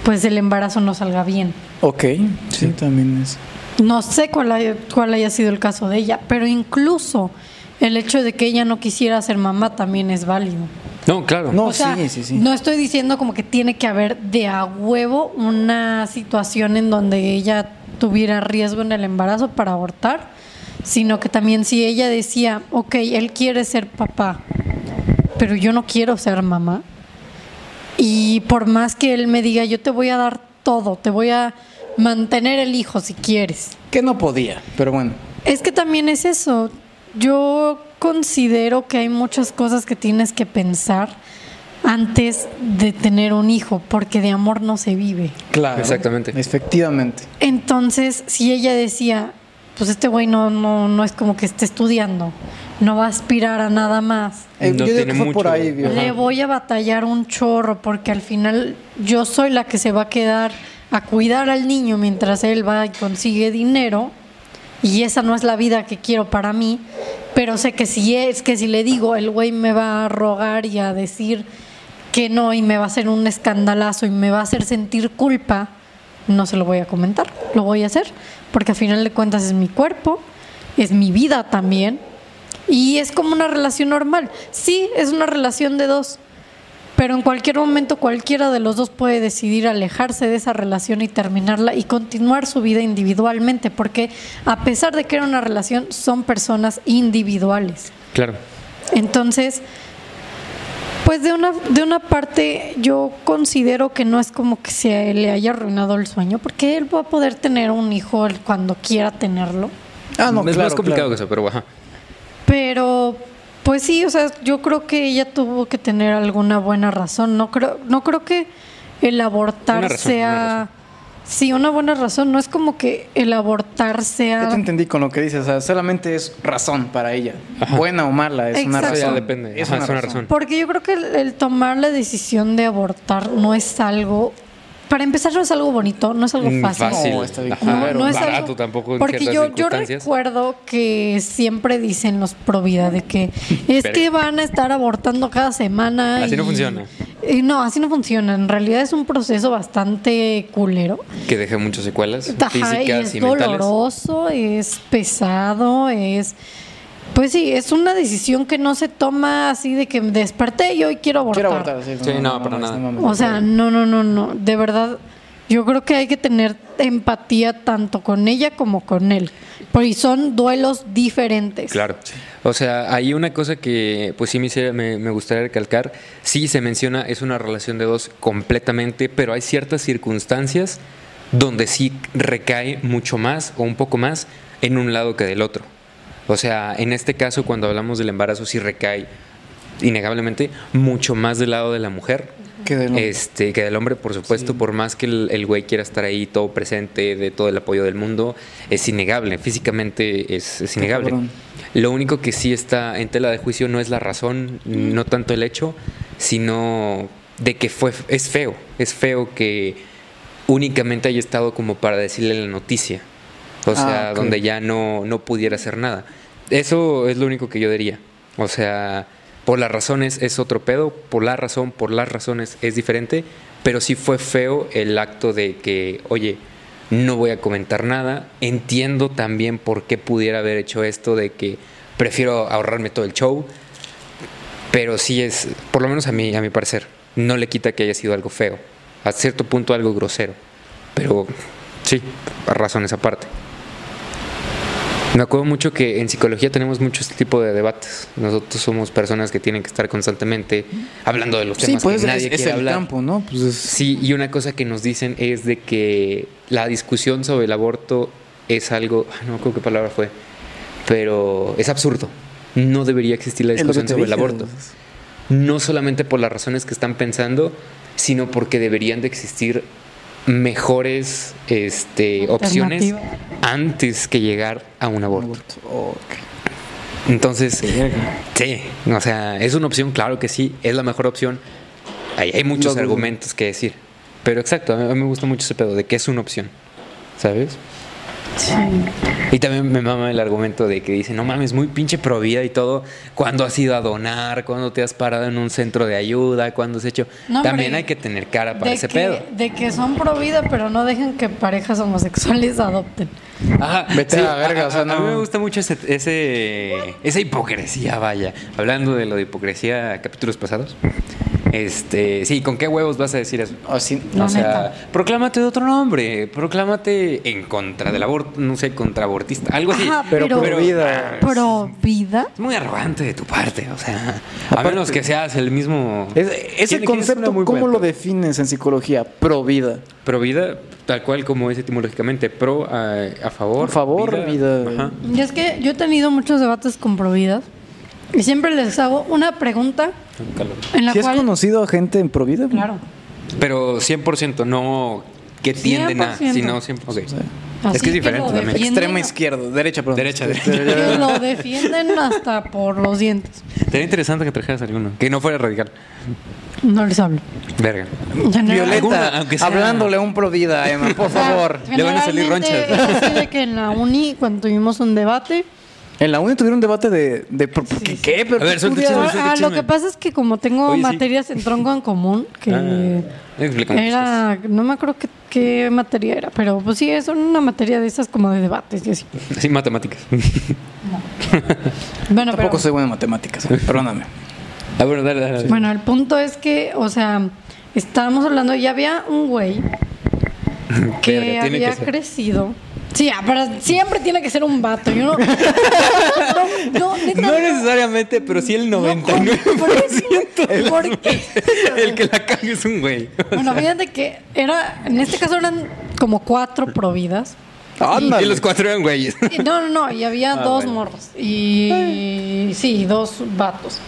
[SPEAKER 3] pues el embarazo no salga bien.
[SPEAKER 4] Ok, sí, también es.
[SPEAKER 3] No sé cuál haya, cuál haya sido el caso de ella, pero incluso el hecho de que ella no quisiera ser mamá también es válido.
[SPEAKER 1] No, claro.
[SPEAKER 4] No,
[SPEAKER 3] O sea,
[SPEAKER 4] sí, sí, sí.
[SPEAKER 3] No estoy diciendo como que tiene que haber de a huevo una situación en donde ella tuviera riesgo en el embarazo para abortar, sino que también si ella decía, ok, él quiere ser papá, pero yo no quiero ser mamá. Y por más que él me diga, yo te voy a dar todo, te voy a mantener el hijo si quieres.
[SPEAKER 4] Que no podía, pero bueno.
[SPEAKER 3] Es que también es eso. Yo considero que hay muchas cosas que tienes que pensar antes de tener un hijo, porque de amor no se vive.
[SPEAKER 4] Claro.
[SPEAKER 1] Exactamente.
[SPEAKER 4] Efectivamente.
[SPEAKER 3] Entonces, si ella decía, pues este güey no, no, no es como que esté estudiando, no va a aspirar a nada más.
[SPEAKER 4] Eh,
[SPEAKER 1] No
[SPEAKER 4] yo digo
[SPEAKER 1] tiene
[SPEAKER 4] que fue por
[SPEAKER 1] mucho-
[SPEAKER 4] ahí, viejo.
[SPEAKER 1] Ajá.
[SPEAKER 3] Le voy a batallar un chorro porque al final yo soy la que se va a quedar a cuidar al niño mientras él va y consigue dinero y esa no es la vida que quiero para mí, pero sé que si es que si le digo el güey me va a rogar y a decir que no y me va a hacer un escandalazo y me va a hacer sentir culpa, no se lo voy a comentar, lo voy a hacer porque al final de cuentas es mi cuerpo, es mi vida también y es como una relación normal. Sí, es una relación de dos, pero en cualquier momento cualquiera de los dos puede decidir alejarse de esa relación y terminarla y continuar su vida individualmente, porque a pesar de que era una relación, son personas individuales.
[SPEAKER 1] Claro.
[SPEAKER 3] Entonces, pues de una, de una parte yo considero que no es como que se le haya arruinado el sueño, porque él va a poder tener un hijo él cuando quiera tenerlo.
[SPEAKER 4] Ah, no,
[SPEAKER 1] es
[SPEAKER 4] claro,
[SPEAKER 1] más complicado
[SPEAKER 4] claro.
[SPEAKER 1] que eso, pero ajá.
[SPEAKER 3] Pero, pues sí, o sea, yo creo que ella tuvo que tener alguna buena razón. No creo, no creo que el abortar
[SPEAKER 1] Una razón,
[SPEAKER 3] sea.
[SPEAKER 1] una razón.
[SPEAKER 3] Sí, una buena razón. No es como que el abortar
[SPEAKER 4] Ya
[SPEAKER 3] sea.
[SPEAKER 4] te entendí con lo que dices, o sea, solamente es razón para ella. Buena o mala, es una
[SPEAKER 3] Exacto.
[SPEAKER 4] razón.
[SPEAKER 1] Eso ya depende.
[SPEAKER 4] Es
[SPEAKER 1] Ajá,
[SPEAKER 4] una
[SPEAKER 1] es una
[SPEAKER 4] razón.
[SPEAKER 1] razón.
[SPEAKER 3] Porque yo creo que el, el tomar la decisión de abortar no es algo. Para empezar, no es algo bonito, no es algo
[SPEAKER 1] Mm,
[SPEAKER 3] fácil.
[SPEAKER 4] No, está bien
[SPEAKER 1] Ajá,
[SPEAKER 3] No,
[SPEAKER 4] culero.
[SPEAKER 3] no es
[SPEAKER 1] Ah, barato
[SPEAKER 3] algo-
[SPEAKER 1] tampoco en
[SPEAKER 3] porque
[SPEAKER 1] ciertas
[SPEAKER 3] yo, yo
[SPEAKER 1] circunstancias.
[SPEAKER 3] recuerdo que siempre dicen los pro vida de que es
[SPEAKER 1] Pero-
[SPEAKER 3] que van a estar abortando cada semana.
[SPEAKER 1] Así no
[SPEAKER 3] y-
[SPEAKER 1] funciona.
[SPEAKER 3] y no, así no funciona. En realidad es un proceso bastante culero.
[SPEAKER 1] Que deja muchas secuelas
[SPEAKER 3] Ajá, y
[SPEAKER 1] físicas
[SPEAKER 3] es
[SPEAKER 1] y, mentales.
[SPEAKER 3] doloroso, es pesado, es... Pues sí, es una decisión que no se toma así de que me desperté y hoy quiero abortar.
[SPEAKER 4] Quiero abortar, sí.
[SPEAKER 1] Sí, no, para
[SPEAKER 4] mames,
[SPEAKER 1] nada.
[SPEAKER 4] mames.
[SPEAKER 3] O sea, no, no, no, no. De verdad, yo creo que hay que tener empatía tanto con ella como con él. Porque son duelos diferentes.
[SPEAKER 1] Claro. O sea, hay una cosa que pues sí me, hiciera- me, me gustaría recalcar, sí se menciona, es una relación de dos completamente, pero hay ciertas circunstancias donde sí recae mucho más o un poco más en un lado que del otro. O sea, en este caso cuando hablamos del embarazo sí recae innegablemente mucho más del lado de la mujer
[SPEAKER 4] Que de lo-
[SPEAKER 1] este, que del hombre, por supuesto, por más que el, el güey quiera estar ahí todo presente, de todo el apoyo del mundo, es innegable, físicamente es, es innegable.
[SPEAKER 4] cabrón.
[SPEAKER 1] Lo único que sí está en tela de juicio no es la razón,
[SPEAKER 4] Mm.
[SPEAKER 1] no tanto el hecho, sino de que fue, es feo, es feo que únicamente haya estado como para decirle la noticia, o
[SPEAKER 4] Ah,
[SPEAKER 1] sea,
[SPEAKER 4] ok.
[SPEAKER 1] donde ya no, no pudiera hacer nada. Eso es lo único que yo diría. O sea, por las razones es otro pedo, por la razón, por las razones es diferente, pero sí fue feo el acto de que, oye, no voy a comentar nada, entiendo también por qué pudiera haber hecho esto de que prefiero ahorrarme todo el show, pero sí es, por lo menos a mí, a mi parecer, no le quita que haya sido algo feo, a cierto punto algo grosero, pero sí, razones aparte. Me acuerdo mucho que en psicología tenemos mucho este tipo de debates. Nosotros somos personas que tienen que estar constantemente hablando de los
[SPEAKER 4] Sí,
[SPEAKER 1] temas
[SPEAKER 4] pues
[SPEAKER 1] que
[SPEAKER 4] es-
[SPEAKER 1] nadie
[SPEAKER 4] es, es
[SPEAKER 1] quiere
[SPEAKER 4] el
[SPEAKER 1] hablar.
[SPEAKER 4] campo, ¿no? Pues es-
[SPEAKER 1] Sí, y una cosa que nos dicen es de que la discusión sobre el aborto es algo, ah, no creo qué palabra fue, pero es absurdo. No debería existir la
[SPEAKER 4] es lo que
[SPEAKER 1] discusión
[SPEAKER 4] te
[SPEAKER 1] sobre el
[SPEAKER 4] dije,
[SPEAKER 1] aborto. No solamente por las razones que están pensando, sino porque deberían de existir mejores este, opciones
[SPEAKER 3] Alternativas.
[SPEAKER 1] antes que llegar a un aborto.
[SPEAKER 4] aborto. Ok.
[SPEAKER 1] Entonces,
[SPEAKER 4] Verga.
[SPEAKER 1] Sí, o sea, es una opción, claro que sí, es la mejor opción. Hay, hay muchos
[SPEAKER 4] Lo dudo.
[SPEAKER 1] argumentos que decir. Pero exacto, a mí, a mí me gusta mucho ese pedo de que es una opción, ¿sabes? Y también me mama el argumento de que dice, no mames, muy pinche provida y todo. ¿Cuándo has ido a donar? ¿Cuándo te has parado en un centro de ayuda? ¿Cuándo has hecho...?
[SPEAKER 2] No, hombre,
[SPEAKER 1] también hay que tener cara para
[SPEAKER 2] de
[SPEAKER 1] ese
[SPEAKER 2] que,
[SPEAKER 1] pedo.
[SPEAKER 2] De que son pro vida, pero no dejan que parejas homosexuales adopten.
[SPEAKER 1] Ajá,
[SPEAKER 4] Vete a la verga, o sea,
[SPEAKER 1] A mí
[SPEAKER 4] no.
[SPEAKER 1] me gusta mucho ese, ese- esa hipocresía, vaya. Hablando de lo de hipocresía, capítulos pasados. Este, sí, ¿con qué huevos vas a decir eso?
[SPEAKER 4] O sí.
[SPEAKER 2] No,
[SPEAKER 1] o sea,
[SPEAKER 2] neta.
[SPEAKER 1] proclámate de otro nombre, proclámate en contra del aborto, no sé, contra abortista, algo así.
[SPEAKER 3] Ajá,
[SPEAKER 4] Pero,
[SPEAKER 3] Pero-
[SPEAKER 4] por vida.
[SPEAKER 3] Pro vida.
[SPEAKER 1] Es muy arrogante de tu parte, o sea, a
[SPEAKER 4] Aparte-
[SPEAKER 1] menos que seas el mismo.
[SPEAKER 4] Es-
[SPEAKER 1] Tiene-
[SPEAKER 4] ese
[SPEAKER 1] tiene
[SPEAKER 4] concepto,
[SPEAKER 1] una muy
[SPEAKER 4] ¿cómo
[SPEAKER 1] buena-
[SPEAKER 4] lo defines en psicología? Pro vida.
[SPEAKER 1] Pro vida, tal cual como es etimológicamente, pro eh, a favor.
[SPEAKER 4] A favor, vida.
[SPEAKER 1] Ajá.
[SPEAKER 3] Y es que yo he tenido muchos debates con providas y siempre les hago una pregunta en la
[SPEAKER 4] ¿Sí has
[SPEAKER 3] cual
[SPEAKER 4] conocido a gente en pro vida?
[SPEAKER 2] Claro.
[SPEAKER 1] Pero 100% no que tienden a,
[SPEAKER 2] 100%.
[SPEAKER 1] sino 100%. ok.
[SPEAKER 2] Así
[SPEAKER 1] es que es diferente
[SPEAKER 2] lo
[SPEAKER 1] también.
[SPEAKER 2] defienden-
[SPEAKER 4] Extremo izquierdo, derecha, perdón. Este,
[SPEAKER 1] Derecha, derecha.
[SPEAKER 2] que lo defienden hasta por los dientes.
[SPEAKER 1] Sería interesante que trajeras alguno. Que no fuera radical.
[SPEAKER 3] no les hablo.
[SPEAKER 1] Verga.
[SPEAKER 3] Ya no-
[SPEAKER 4] Violeta,
[SPEAKER 1] Alguna, aunque sea.
[SPEAKER 4] hablándole a un pro vida, Emma, por
[SPEAKER 3] O sea,
[SPEAKER 4] favor.
[SPEAKER 1] le van a salir
[SPEAKER 3] generalmente
[SPEAKER 1] ronchas.
[SPEAKER 3] es así de que en la uni, cuando tuvimos un debate,
[SPEAKER 4] En la uni tuvieron debate de. de pro- ¿Qué? qué? ¿Pero
[SPEAKER 1] A ver,
[SPEAKER 4] qué
[SPEAKER 1] suelta el
[SPEAKER 4] estudias?
[SPEAKER 1] chisme,
[SPEAKER 3] Ah,
[SPEAKER 1] suelta el
[SPEAKER 3] lo
[SPEAKER 1] chisme.
[SPEAKER 3] que pasa es que como tengo
[SPEAKER 1] Oye, sí.
[SPEAKER 3] materias en tronco en común, que
[SPEAKER 1] Ah, explícanos.
[SPEAKER 3] era, no me acuerdo qué, qué materia era, pero pues sí, es una materia de esas como de debates y así.
[SPEAKER 1] Sí, matemáticas.
[SPEAKER 3] Bueno,
[SPEAKER 4] Tampoco
[SPEAKER 3] pero,
[SPEAKER 4] soy bueno en matemáticas, eh, perdóname.
[SPEAKER 1] ah, bueno, dale, dale. dale.
[SPEAKER 3] bueno, el punto es que, o sea, estábamos hablando y había un güey que
[SPEAKER 1] Verga, tiene que
[SPEAKER 3] había
[SPEAKER 1] ser.
[SPEAKER 3] crecido. Sí, ah, pero siempre tiene que ser un vato. Yo no, no, no, neta,
[SPEAKER 1] No necesariamente, pero sí el 99%.
[SPEAKER 3] no, ¿por qué? ¿Por qué?
[SPEAKER 1] el que la caga es un güey.
[SPEAKER 3] Bueno, fíjate que era, en este caso eran como cuatro providas.
[SPEAKER 1] Y los cuatro eran güeyes.
[SPEAKER 3] Y- No, no, no, y había
[SPEAKER 1] Ah,
[SPEAKER 3] dos
[SPEAKER 1] bueno.
[SPEAKER 3] morros. Y sí, dos vatos.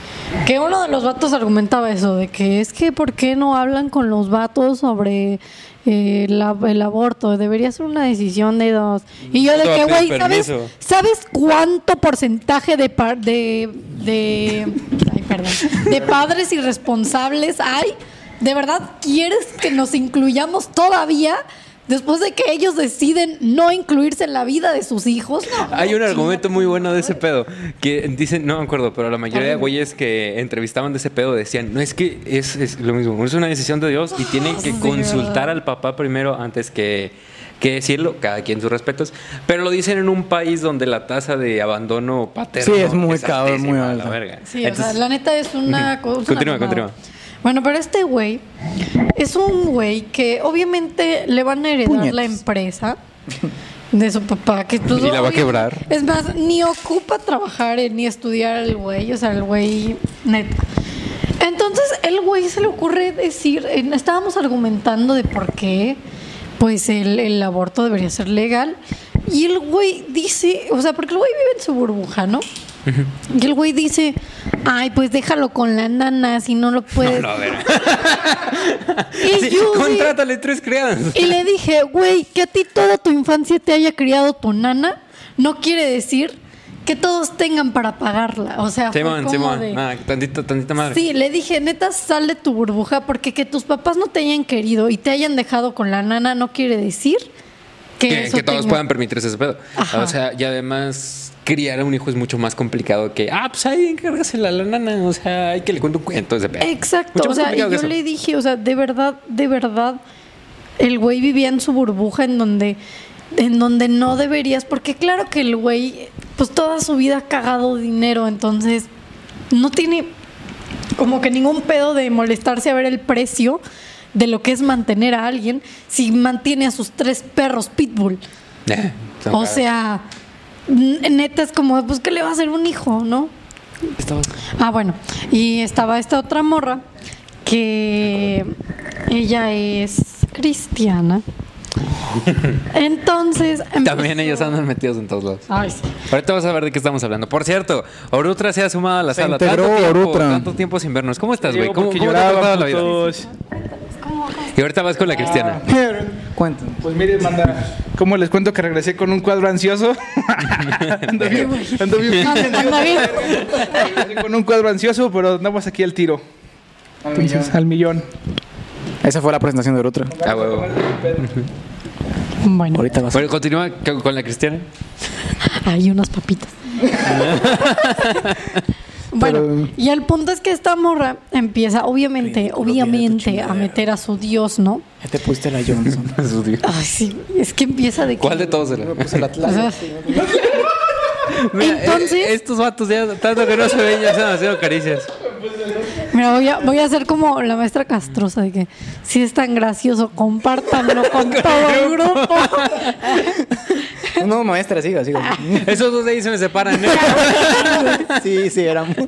[SPEAKER 3] Que uno de los vatos argumentaba eso, de que es que ¿por qué no hablan con los vatos sobre eh, la- el aborto? Debería ser una decisión de dos. Y yo
[SPEAKER 1] No
[SPEAKER 3] de
[SPEAKER 1] te va a
[SPEAKER 3] que,
[SPEAKER 1] pedir
[SPEAKER 3] güey, ¿sabes,
[SPEAKER 1] permiso".
[SPEAKER 3] ¿sabes cuánto porcentaje de, par- de, de, ay, perdón, de padres irresponsables hay? ¿De verdad quieres que nos incluyamos todavía? Después de que ellos deciden no incluirse en la vida de sus hijos, No,
[SPEAKER 1] Hay un
[SPEAKER 3] chinga
[SPEAKER 1] argumento
[SPEAKER 3] tu
[SPEAKER 1] muy bueno de ese
[SPEAKER 3] madre.
[SPEAKER 1] pedo. Que dicen, no me acuerdo, pero la mayoría de
[SPEAKER 3] Horrible.
[SPEAKER 1] güeyes que entrevistaban de ese pedo decían, no es que es, es lo mismo, es una decisión de Dios y tienen que
[SPEAKER 3] Ah, Sí,
[SPEAKER 1] consultar
[SPEAKER 3] ¿verdad?
[SPEAKER 1] al papá primero antes que, que decirlo, cada quien sus respetos. Pero lo dicen en un país donde la tasa de abandono paterno
[SPEAKER 4] Sí, es muy cabrón,
[SPEAKER 1] altísima,
[SPEAKER 4] muy
[SPEAKER 1] a
[SPEAKER 4] alta.
[SPEAKER 1] La verga.
[SPEAKER 3] Sí, o
[SPEAKER 1] Entonces,
[SPEAKER 3] sea, la neta es una
[SPEAKER 1] Ujú.
[SPEAKER 3] cosa.
[SPEAKER 1] Continúa,
[SPEAKER 3] mamada.
[SPEAKER 1] continúa.
[SPEAKER 3] Bueno, pero este güey es un güey que obviamente le van a heredar
[SPEAKER 4] Puñetas.
[SPEAKER 3] la empresa de su papá. Que pues,
[SPEAKER 6] Y la va a
[SPEAKER 3] obvio-
[SPEAKER 6] quebrar.
[SPEAKER 3] Es más, ni ocupa trabajar eh, ni estudiar el güey, o sea, el güey neta. Entonces, el güey se le ocurre decir, eh, estábamos argumentando de por qué pues el, el aborto debería ser legal. Y el güey dice, o sea, porque el güey vive en su burbuja, ¿no? Y el güey dice, ay, pues déjalo con la nana, si no lo puedes.
[SPEAKER 1] No, a ver.
[SPEAKER 3] Y
[SPEAKER 1] Sí,
[SPEAKER 3] yo, güey,
[SPEAKER 1] contrátale tres criadas.
[SPEAKER 3] y le dije, güey, que a ti toda tu infancia te haya criado tu nana, no quiere decir que todos tengan para pagarla. O sea, fue
[SPEAKER 1] Simón,
[SPEAKER 3] como
[SPEAKER 1] Simón.
[SPEAKER 3] de-
[SPEAKER 1] Ah, tantita, tantita madre.
[SPEAKER 3] Sí, le dije, neta, sal de tu burbuja, porque que tus papás no te hayan querido y te hayan dejado con la nana no quiere decir que,
[SPEAKER 1] que,
[SPEAKER 3] eso
[SPEAKER 1] que todos
[SPEAKER 3] tenga-
[SPEAKER 1] puedan permitirse ese pedo.
[SPEAKER 3] Ajá.
[SPEAKER 1] O sea, y además criar a un hijo es mucho más complicado que, ah, pues ahí encárgasela a la nana, o sea, hay que le cuente un cuento ese pedo.
[SPEAKER 3] Exacto.
[SPEAKER 1] Mucho
[SPEAKER 3] O
[SPEAKER 1] más
[SPEAKER 3] sea, y
[SPEAKER 1] complicado
[SPEAKER 3] yo
[SPEAKER 1] que eso.
[SPEAKER 3] le dije, o sea, de verdad, de verdad, el güey vivía en su burbuja en donde, en donde no deberías, porque claro que el güey, pues toda su vida ha cagado dinero, entonces no tiene como que ningún pedo de molestarse a ver el precio de lo que es mantener a alguien si mantiene a sus tres perros pitbull.
[SPEAKER 1] Eh, son
[SPEAKER 3] O
[SPEAKER 1] caros.
[SPEAKER 3] sea, n- neta es como, pues, ¿qué le va a hacer un hijo, no? Ah, bueno. Y estaba esta otra morra que ella es cristiana. Entonces.
[SPEAKER 1] También
[SPEAKER 3] empezó-
[SPEAKER 1] ellos andan metidos en todos lados.
[SPEAKER 3] Ay, sí.
[SPEAKER 1] Ahorita vas a ver de qué estamos hablando. Por cierto, Orutra se ha sumado a la
[SPEAKER 4] Se
[SPEAKER 1] sala.
[SPEAKER 4] integró
[SPEAKER 1] tanto tiempo,
[SPEAKER 4] Orutra.
[SPEAKER 1] Tanto tiempo sin vernos. ¿Cómo estás, güey?
[SPEAKER 6] Llegó
[SPEAKER 1] ¿Cómo,
[SPEAKER 6] porque
[SPEAKER 1] cómo te ha
[SPEAKER 6] lloraban,
[SPEAKER 1] tratado la vida?
[SPEAKER 6] putos.
[SPEAKER 1] Y ahorita vas con la cristiana.
[SPEAKER 4] Cuéntanos.
[SPEAKER 6] Pues miren, manda. ¿Cómo les cuento que regresé con un cuadro ansioso? ando bien, ando bien.
[SPEAKER 3] Anda- anda bien.
[SPEAKER 6] Regresé con un cuadro ansioso, pero andamos aquí al tiro. Entonces, al millón.
[SPEAKER 4] Esa fue la presentación de Orutra.
[SPEAKER 1] Ah, huevo.
[SPEAKER 3] Bueno,
[SPEAKER 4] Ahorita vas.
[SPEAKER 1] Bueno, continúa con con la cristiana.
[SPEAKER 3] hay unas papitas. bueno,
[SPEAKER 4] Pero-
[SPEAKER 3] y el punto es que esta morra empieza, obviamente, obviamente, a meter a su Dios, ¿no?
[SPEAKER 4] Ya te pusiste la Johnson.
[SPEAKER 3] Ay, sí, es que empieza de que-
[SPEAKER 1] ¿Cuál de todos era?
[SPEAKER 4] Puse la
[SPEAKER 3] O sea,
[SPEAKER 4] Atlas.
[SPEAKER 1] Mira,
[SPEAKER 3] Entonces-
[SPEAKER 1] eh, estos vatos ya tanto que no se ven, ya se han haciendo caricias.
[SPEAKER 3] Mira, voy a, voy a hacer como la maestra castrosa de que si es tan gracioso, compártanlo con todo el grupo.
[SPEAKER 4] No, maestra, siga, siga.
[SPEAKER 1] Esos dos de ahí se me separan. ¿eh?
[SPEAKER 4] Sí, sí, era muy-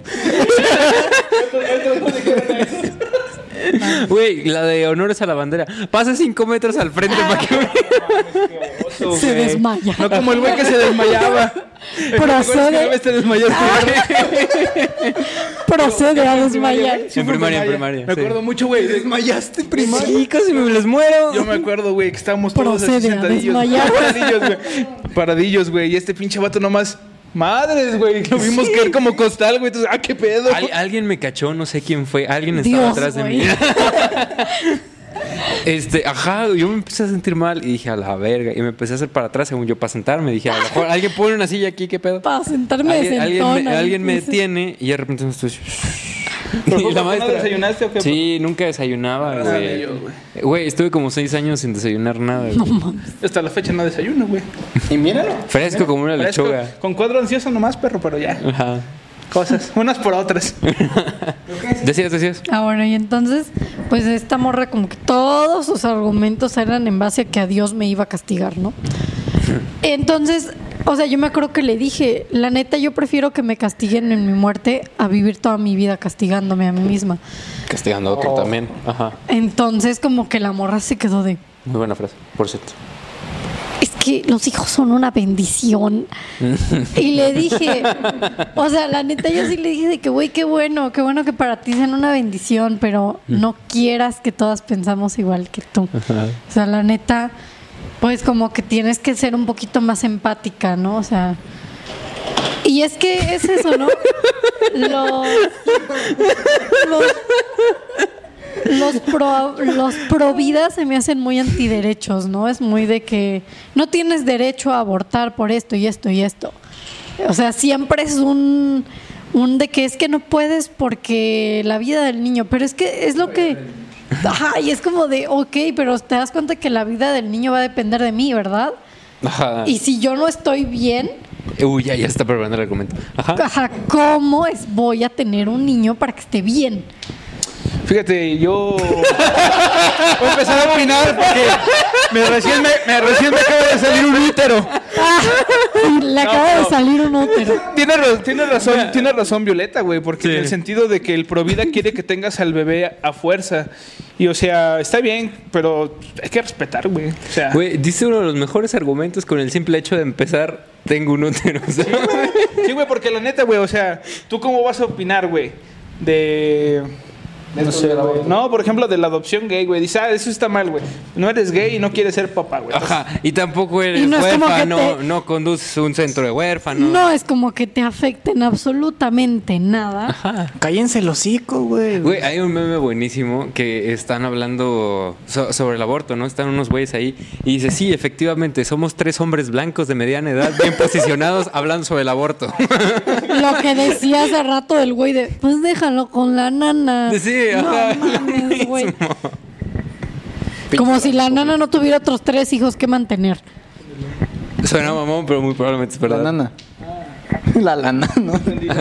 [SPEAKER 1] Güey, la de honores a la bandera. Pasa cinco metros al frente para que
[SPEAKER 3] Se desmaya.
[SPEAKER 6] No como el güey que se desmayaba.
[SPEAKER 3] Procede,
[SPEAKER 6] Te desmayaste.
[SPEAKER 3] procede a desmayar.
[SPEAKER 1] En primaria, en primaria.
[SPEAKER 6] Me acuerdo mucho, güey.
[SPEAKER 4] Desmayaste primero.
[SPEAKER 1] Sí, casi me les muero.
[SPEAKER 6] Yo me acuerdo, güey, que estábamos todos así
[SPEAKER 3] Procede a
[SPEAKER 6] sentadillos.
[SPEAKER 3] desmayar.
[SPEAKER 6] Paradillos, güey. Paradillos, güey. Y este pinche vato nomás. Madres, güey. Lo vimos caer como costal, güey. Entonces, ah, qué pedo.
[SPEAKER 1] Al- alguien me cachó, no sé quién fue. Alguien estaba
[SPEAKER 3] Dios,
[SPEAKER 1] atrás de
[SPEAKER 3] güey.
[SPEAKER 1] mí. Este, ajá, yo me empecé a sentir mal y dije a la verga. Y me empecé a hacer para atrás según yo para sentarme. Dije, a lo mejor alguien pone una silla aquí, qué pedo.
[SPEAKER 3] Para sentarme
[SPEAKER 1] Alguien,
[SPEAKER 3] de
[SPEAKER 1] alguien me,
[SPEAKER 3] sentona.
[SPEAKER 1] alguien me
[SPEAKER 3] Dices,
[SPEAKER 1] detiene y de repente me estoy.
[SPEAKER 6] Pero,
[SPEAKER 1] Y
[SPEAKER 6] ¿no desayunaste o qué?
[SPEAKER 1] Sí, nunca desayunaba, güey. Güey, estuve como seis años sin desayunar nada. güey.
[SPEAKER 6] Hasta la fecha no desayuno, güey.
[SPEAKER 4] Y míralo.
[SPEAKER 1] Fresco como una
[SPEAKER 6] Parezco-
[SPEAKER 1] lechuga.
[SPEAKER 6] Con cuadro ansioso nomás, perro, pero ya.
[SPEAKER 1] Ajá.
[SPEAKER 6] Cosas. Unas por otras.
[SPEAKER 1] Decías, decías.
[SPEAKER 3] Ah, bueno, y entonces, pues esta morra como que todos sus argumentos eran en base a que a Dios me iba a castigar, ¿no? Entonces, o sea, yo me acuerdo que le dije, la neta, yo prefiero que me castiguen en mi muerte a vivir toda mi vida castigándome a mí misma.
[SPEAKER 1] Castigando a
[SPEAKER 3] Oh.
[SPEAKER 1] otro también. Ajá.
[SPEAKER 3] Entonces, como que la morra se quedó de,
[SPEAKER 1] Muy buena frase, por cierto.
[SPEAKER 3] es que los hijos son una bendición. y le dije, o sea, la neta yo sí le dije de que, güey, qué bueno, qué bueno que para ti sean una bendición, pero
[SPEAKER 1] Mm.
[SPEAKER 3] no quieras que todas pensamos igual que tú. O sea, la neta, pues como que tienes que ser un poquito más empática, ¿no? O sea... Y es que es eso, ¿no? Los, los, los pro, los pro vida se me hacen muy antiderechos, ¿no? Es muy de que no tienes derecho a abortar por esto y esto y esto. O sea, siempre es un, un de que es que no puedes porque la vida del niño, pero es que es lo que... Ajá, y es como de, ok, pero te das cuenta que la vida del niño va a depender de mí, ¿verdad?
[SPEAKER 1] Ajá.
[SPEAKER 3] Y si yo no estoy bien,
[SPEAKER 1] Uy, ya, ya está preparando el Ah. argumento. Ajá.
[SPEAKER 3] Ajá, ¿cómo es voy a tener un niño para que esté bien?
[SPEAKER 6] Fíjate, yo. Voy a empezar a opinar porque me recién me, me recién me acaba de salir un útero.
[SPEAKER 3] Ah, Le acaba de salir un útero.
[SPEAKER 6] Tiene, ra- tiene razón, tiene razón Violeta, güey, porque en el sentido de que el Provida quiere que tengas al bebé a, a fuerza. Y o sea, está bien, pero hay que respetar, güey. O sea,
[SPEAKER 1] Güey, dice uno de los mejores argumentos con el simple hecho de empezar, tengo un útero. o sea.
[SPEAKER 6] sí, güey, porque la neta, güey, o sea, ¿tú cómo vas a opinar, güey? De. No, sé, güey. no, por ejemplo, de la adopción gay, güey. Dice, ah, eso está mal, güey. No eres gay y no quieres ser papá, güey. Entonces,
[SPEAKER 1] Ajá, y tampoco eres
[SPEAKER 3] Y no es como que
[SPEAKER 1] huérfano,
[SPEAKER 3] te-
[SPEAKER 1] no conduces un centro de huérfanos.
[SPEAKER 3] No es como que te afecten absolutamente nada.
[SPEAKER 1] Ajá.
[SPEAKER 4] Cállense el hocico, güey.
[SPEAKER 1] Güey, hay un meme buenísimo que están hablando so- sobre el aborto, ¿no? Están unos güeyes ahí y dice, sí, efectivamente, somos tres hombres blancos de mediana edad, bien posicionados, hablando sobre el aborto.
[SPEAKER 3] Lo que decía hace rato del güey de, pues déjalo con la nana.
[SPEAKER 1] sí,
[SPEAKER 3] No
[SPEAKER 1] ajá.
[SPEAKER 3] mames, güey. Como si la nana no tuviera otros tres hijos que mantener.
[SPEAKER 1] Suena mamón, pero muy probablemente es
[SPEAKER 4] La
[SPEAKER 1] verdad.
[SPEAKER 4] nana. La lana, ¿no?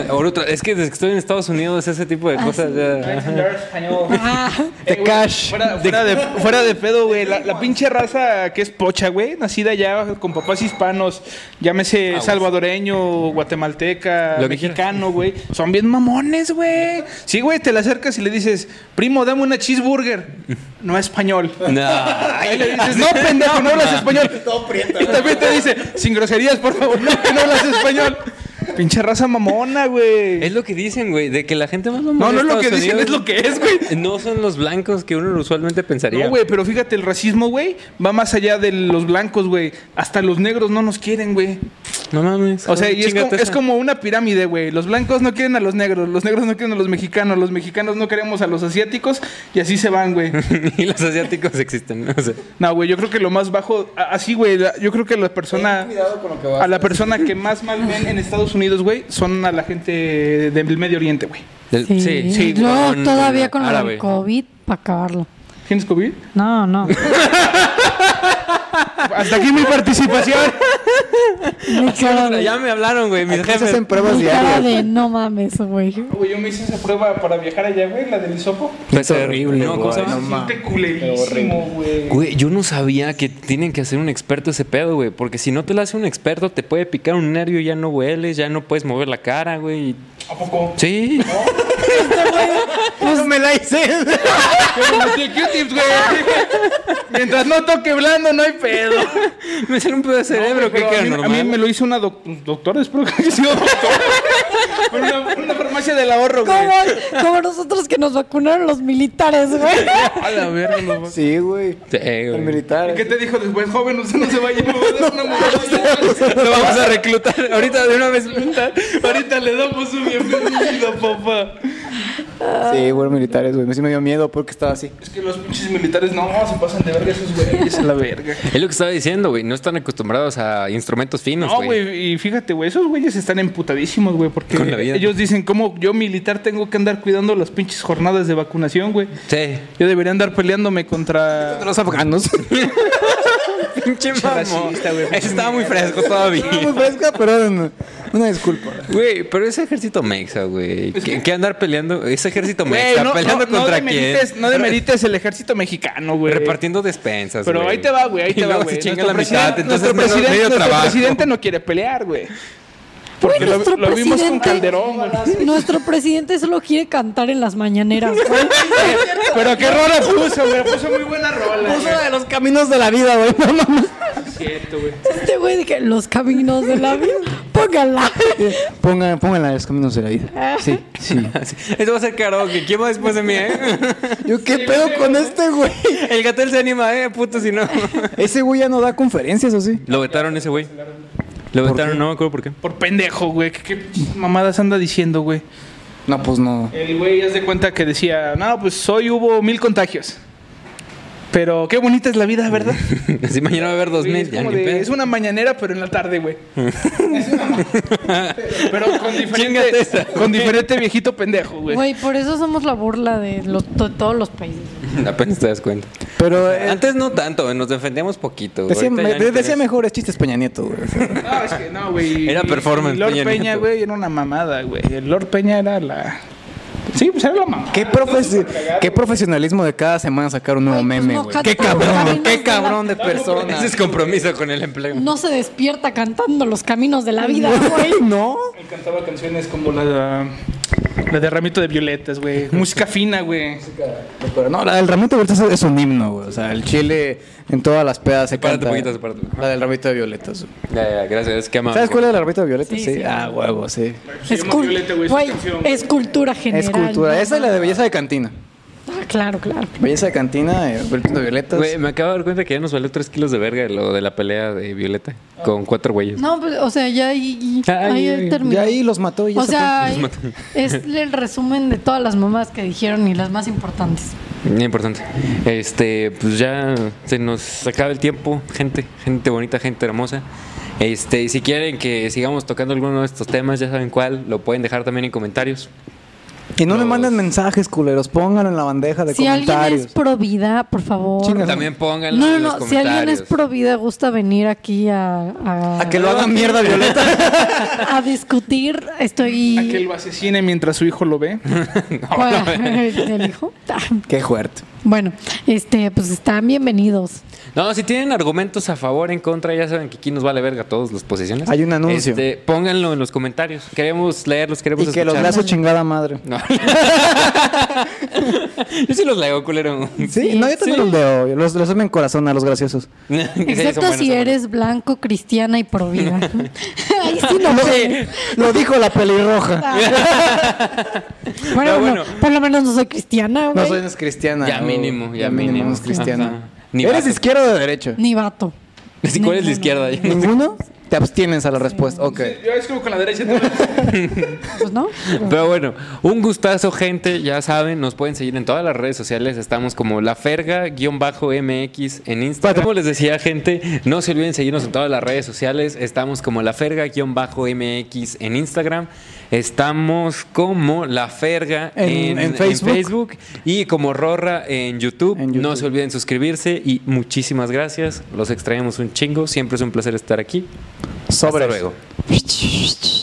[SPEAKER 1] Ahora otra- es que desde que estoy en Estados Unidos, ese tipo de
[SPEAKER 3] Ah,
[SPEAKER 1] cosas ya- ajá.
[SPEAKER 4] The cash.
[SPEAKER 6] Eh, Fuera, fuera de, fuera de pedo, güey. La, la pinche raza que es pocha, güey. Nacida ya con papás hispanos, llámese salvadoreño, guatemalteca,
[SPEAKER 1] Ah, Lo que
[SPEAKER 6] mexicano, güey. Son bien mamones, güey. Sí, güey, te le acercas y le dices, primo, dame una cheeseburger. No español.
[SPEAKER 1] No.
[SPEAKER 6] Ahí le dices, no, pendejo, no hablas español. Y también te dice, sin groserías, por favor, no, que no hablas español. Pinche raza mamona,
[SPEAKER 1] Es
[SPEAKER 6] güey.
[SPEAKER 1] lo que dicen, güey, de que la gente más mamona
[SPEAKER 6] No,
[SPEAKER 1] de
[SPEAKER 6] no es lo que
[SPEAKER 1] Estados
[SPEAKER 6] dicen, es
[SPEAKER 1] Unidos
[SPEAKER 6] lo que es, güey.
[SPEAKER 1] No son los blancos que uno usualmente pensaría.
[SPEAKER 6] No, güey, pero fíjate, el racismo, güey, va más allá de los blancos, güey. Hasta los negros no nos quieren, güey.
[SPEAKER 1] No mames.
[SPEAKER 6] O sea, y es,
[SPEAKER 1] Chíngate
[SPEAKER 6] como, es
[SPEAKER 1] esa.
[SPEAKER 6] como una pirámide, güey. Los blancos no quieren a los negros, los negros no quieren a los mexicanos, los mexicanos no queremos a los asiáticos y así se van, güey.
[SPEAKER 1] y los asiáticos existen. ¿no? O sea,
[SPEAKER 6] No, güey, yo creo que lo más bajo, a- así, güey, la- yo creo que la persona, a la persona que más mal ven en Estados Unidos, güey, son a la gente del Medio Oriente, güey.
[SPEAKER 1] del-
[SPEAKER 3] Sí,
[SPEAKER 1] sí,
[SPEAKER 3] Y luego todavía con el COVID para acabarlo.
[SPEAKER 6] ¿Tienes COVID?
[SPEAKER 3] No, no.
[SPEAKER 6] Hasta aquí mi participación.
[SPEAKER 3] Mi cara de,
[SPEAKER 1] Ya me hablaron, güey, mis
[SPEAKER 4] Aquí se
[SPEAKER 1] jefes.
[SPEAKER 4] hacen pruebas
[SPEAKER 3] mi cara
[SPEAKER 4] diarias.
[SPEAKER 3] de no mames, güey.
[SPEAKER 6] Güey, yo me hice esa prueba para viajar allá, güey, la del hisopo.
[SPEAKER 1] Es horrible, no, ¿cómo se llama?
[SPEAKER 6] Se siente culerísimo, güey.
[SPEAKER 1] Güey, yo no sabía que tienen que hacer un experto ese pedo, güey. Porque si no te lo hace un experto, te puede picar un nervio, ya no hueles, ya no puedes mover la cara, güey.
[SPEAKER 6] ¿A poco?
[SPEAKER 1] Sí.
[SPEAKER 4] No me la hice.
[SPEAKER 6] Pero metí el Q-tips, güey. Mientras no toque blando, no hay pedo.
[SPEAKER 1] me sale un pedo de cerebro,
[SPEAKER 6] No,
[SPEAKER 1] que
[SPEAKER 6] pero
[SPEAKER 1] queda
[SPEAKER 6] a, mí, a
[SPEAKER 1] normal.
[SPEAKER 6] mí me lo hizo una doc- doctora, espero que haya sido doctora. una, una farmacia del ahorro, güey.
[SPEAKER 2] Como, como nosotros que nos vacunaron los militares, güey.
[SPEAKER 6] A la verga, no mames.
[SPEAKER 4] Sí, güey.
[SPEAKER 1] Sí,
[SPEAKER 4] El
[SPEAKER 1] güey.
[SPEAKER 4] militar.
[SPEAKER 6] ¿Qué te dijo después, joven? Usted no se vaya, no, no,
[SPEAKER 1] Lo vamos a reclutar. Ahorita de una vez.
[SPEAKER 6] Ahorita le damos un bienvenido, papá.
[SPEAKER 4] Sí, güey, militares, güey. Sí me dio miedo porque estaba así.
[SPEAKER 6] Es que los pinches militares no se pasan de verga esos güeyes. a la verga.
[SPEAKER 1] Es lo que estaba diciendo, güey. No están acostumbrados a instrumentos finos,
[SPEAKER 6] No,
[SPEAKER 1] güey.
[SPEAKER 6] güey, y fíjate, güey, esos güeyes están emputadísimos, güey, porque
[SPEAKER 1] Con la vida.
[SPEAKER 6] ellos dicen, ¿cómo yo militar tengo que andar cuidando las pinches jornadas de vacunación, güey?
[SPEAKER 1] sí.
[SPEAKER 6] Yo debería andar peleándome contra...
[SPEAKER 4] Los afganos.
[SPEAKER 1] Pinche mamón.
[SPEAKER 6] racista, güey.
[SPEAKER 1] Ese estaba muy fresco todavía.
[SPEAKER 4] Muy fresca, pero una, una disculpa.
[SPEAKER 1] Güey, pero ese ejército mexa, güey. ¿Qué, qué andar peleando? Ese ejército
[SPEAKER 6] Güey,
[SPEAKER 1] mexa,
[SPEAKER 6] no,
[SPEAKER 1] peleando
[SPEAKER 6] no, no
[SPEAKER 1] contra quién.
[SPEAKER 6] demerites, no demerites el ejército mexicano, güey.
[SPEAKER 1] Repartiendo despensas.
[SPEAKER 6] Pero
[SPEAKER 1] güey.
[SPEAKER 6] ahí te va, güey, ahí
[SPEAKER 1] Y
[SPEAKER 6] te va,
[SPEAKER 1] luego
[SPEAKER 6] güey.
[SPEAKER 1] se chinga la
[SPEAKER 6] presidente-
[SPEAKER 1] mitad, entonces
[SPEAKER 6] nuestro
[SPEAKER 1] medio-
[SPEAKER 6] presidente,
[SPEAKER 1] medio
[SPEAKER 6] nuestro
[SPEAKER 1] trabajo.
[SPEAKER 6] presidente no quiere pelear, güey. Porque lo,
[SPEAKER 2] nuestro
[SPEAKER 6] lo vimos con
[SPEAKER 2] presidente-
[SPEAKER 6] Calderón, güey.
[SPEAKER 2] Nuestro presidente solo quiere cantar en las mañaneras. güey.
[SPEAKER 6] Pero qué rola puso, güey. Puso muy buena rola.
[SPEAKER 4] Uno de los caminos de la vida, güey. No mames.
[SPEAKER 6] Cierto, güey.
[SPEAKER 2] Este güey de que los caminos del avión, póngala.
[SPEAKER 4] Pongan, pónganla en los caminos de la vida. Sí, sí.
[SPEAKER 1] Esto va a ser karaoke. ¿Quién va después de mí, eh?
[SPEAKER 4] Yo, ¿qué pedo con este, güey?
[SPEAKER 1] El gatel se anima, eh, puto, si no.
[SPEAKER 4] Ese güey ya no da conferencias, ¿o sí?
[SPEAKER 1] Lo vetaron ese güey. Lo vetaron, no me acuerdo por qué.
[SPEAKER 6] Por pendejo, güey. ¿Qué, qué pinches mamadas anda diciendo, güey?
[SPEAKER 4] No, pues no.
[SPEAKER 6] El güey ya se cuenta que decía, no, pues hoy hubo mil contagios. Pero qué bonita es la vida, ¿verdad?
[SPEAKER 1] Así mañana va a haber dos
[SPEAKER 6] Güey,
[SPEAKER 1] mil.
[SPEAKER 6] es, como de- es una mañanera, pero en la tarde, güey. Es una ma- pero con
[SPEAKER 1] Chíngate
[SPEAKER 6] diferente,
[SPEAKER 1] esa.
[SPEAKER 6] con diferente viejito pendejo, güey.
[SPEAKER 3] Güey, por eso somos la burla de, los, de todos los países.
[SPEAKER 1] Apenas te das cuenta.
[SPEAKER 4] Pero eh,
[SPEAKER 1] Antes no tanto, eh, nos defendíamos poquito. güey.
[SPEAKER 4] decía,
[SPEAKER 1] Ahorita
[SPEAKER 4] me-
[SPEAKER 1] ya ni
[SPEAKER 4] de- decía
[SPEAKER 1] quieres.
[SPEAKER 4] mejores chistes Peña Nieto, güey.
[SPEAKER 6] No, es que no, güey.
[SPEAKER 1] Era performance,
[SPEAKER 6] Lord
[SPEAKER 1] Peña
[SPEAKER 6] Peña,
[SPEAKER 1] Nieto.
[SPEAKER 6] güey, era una mamada, güey. El Lord Peña era la. Sí, pues era la mamá.
[SPEAKER 4] ¿Qué, profe- qué profesionalismo de cada semana sacar un nuevo
[SPEAKER 3] Güey, pues
[SPEAKER 4] meme,
[SPEAKER 3] no
[SPEAKER 4] güey.
[SPEAKER 3] canta
[SPEAKER 4] qué
[SPEAKER 3] por
[SPEAKER 4] cabrón,
[SPEAKER 3] caminos
[SPEAKER 4] qué
[SPEAKER 3] de
[SPEAKER 4] cabrón de persona.
[SPEAKER 1] Ese es compromiso con el empleo.
[SPEAKER 3] No se despierta cantando los caminos de la vida, güey.
[SPEAKER 4] No.
[SPEAKER 6] Él cantaba canciones como la, la de Ramito de Violetas, güey. Música fina, güey.
[SPEAKER 4] Pero no, la del ramito de violetas es un himno, güey. O sea, el chile en todas las pedas se
[SPEAKER 1] Sepárate
[SPEAKER 4] canta.
[SPEAKER 1] poquito, sepárate. Ah, Ajá.
[SPEAKER 4] La del ramito de violetas. güey.
[SPEAKER 1] Ya, ya, gracias. Es que amable.
[SPEAKER 4] ¿Sabes cuál es la ramito de violetas? Sí,
[SPEAKER 3] sí.
[SPEAKER 4] Ah, huevo, sí.
[SPEAKER 6] Se
[SPEAKER 3] Es
[SPEAKER 6] llama
[SPEAKER 3] cul-
[SPEAKER 6] Violeta, güey, esa
[SPEAKER 3] güey,
[SPEAKER 6] canción.
[SPEAKER 3] es cultura general.
[SPEAKER 4] es cultura.
[SPEAKER 3] ¿no?
[SPEAKER 4] Esa es la de belleza de cantina.
[SPEAKER 3] Ah, claro, claro.
[SPEAKER 4] Belleza de cantina, eh, ramito de violetas.
[SPEAKER 1] Güey, me acabo de dar cuenta que ya nos valió 3 kilos de verga lo de la pelea de Violeta con cuatro güeyes.
[SPEAKER 3] No, pues, o sea, ya ahí,
[SPEAKER 1] Ah,
[SPEAKER 3] ahí
[SPEAKER 1] ya, ya.
[SPEAKER 3] terminó.
[SPEAKER 4] y ahí los mató y ya
[SPEAKER 3] o
[SPEAKER 4] se
[SPEAKER 3] sea, ahí es el resumen de todas las mamás que dijeron y las más importantes.
[SPEAKER 1] Muy importante. Este, pues ya se nos acaba el tiempo, gente, gente bonita, gente hermosa. Este, y si quieren que sigamos tocando alguno de estos temas, ya saben cuál, lo pueden dejar también en comentarios.
[SPEAKER 4] Y no le
[SPEAKER 1] Los-
[SPEAKER 4] manden mensajes, culeros. Pónganlo en la bandeja de
[SPEAKER 3] Si alguien
[SPEAKER 4] comentarios.
[SPEAKER 3] es pro vida, por favor.
[SPEAKER 4] Chinga,
[SPEAKER 1] También pónganlo
[SPEAKER 3] no,
[SPEAKER 1] en los
[SPEAKER 3] no, no. Si
[SPEAKER 1] comentarios.
[SPEAKER 3] alguien es pro vida, gusta venir aquí a, a,
[SPEAKER 4] A que lo hagan mierda, Violeta.
[SPEAKER 3] a discutir.
[SPEAKER 6] A que
[SPEAKER 3] Estoy.
[SPEAKER 6] lo asesine mientras su hijo lo ve.
[SPEAKER 1] Ah,
[SPEAKER 3] ¿El hijo? Ah,
[SPEAKER 4] Qué fuerte.
[SPEAKER 3] Bueno, este, pues están bienvenidos.
[SPEAKER 1] No, si tienen argumentos a favor, en contra, ya saben que aquí nos vale verga a todos los posiciones.
[SPEAKER 4] Hay un anuncio.
[SPEAKER 1] Este, pónganlo en los comentarios. Queremos leerlos, queremos
[SPEAKER 4] Y que los
[SPEAKER 1] escucharlos.
[SPEAKER 4] lazos chingada madre.
[SPEAKER 1] No. Yo sí los leo, culero.
[SPEAKER 4] Sí, no, yo también los leo. Yo Los, los doy en corazón a los graciosos.
[SPEAKER 3] Excepto si eres blanco, cristiana y pro vida. Ahí sí no sé.
[SPEAKER 4] Lo dijo la
[SPEAKER 3] Ah,
[SPEAKER 4] pelirroja.
[SPEAKER 3] Bueno,
[SPEAKER 1] No,
[SPEAKER 3] bueno,
[SPEAKER 1] bueno.
[SPEAKER 3] por lo menos no soy cristiana,
[SPEAKER 4] No
[SPEAKER 3] güey.
[SPEAKER 4] soy cristiana.
[SPEAKER 1] Ya
[SPEAKER 4] o-
[SPEAKER 1] mínimo, ya mínimo.
[SPEAKER 4] No es cristiana.
[SPEAKER 1] Ajá. Ni
[SPEAKER 4] ¿Eres
[SPEAKER 1] vato.
[SPEAKER 4] de izquierda o de derecha?
[SPEAKER 3] Ni vato.
[SPEAKER 1] Si cuál es la izquierda.
[SPEAKER 4] ¿Ninguno? Te abstienes a la respuesta. Ok.
[SPEAKER 6] Yo es como con la derecha. ¿no?
[SPEAKER 3] Pues no.
[SPEAKER 1] Pero bueno, un gustazo, gente. Ya saben, nos pueden seguir en todas las redes sociales. Estamos como la ferga-mx en Instagram. Como les decía, gente, no se olviden seguirnos en todas las redes sociales. Estamos como la ferga-mx en Instagram. Estamos como la ferga en,
[SPEAKER 4] En- en Facebook.
[SPEAKER 1] en Facebook y como Rorra en YouTube.
[SPEAKER 4] En YouTube.
[SPEAKER 1] No se olviden suscribirse y muchísimas gracias. Los extraemos un chingo. Siempre es un placer estar aquí.
[SPEAKER 4] Sobre.
[SPEAKER 1] Hasta luego.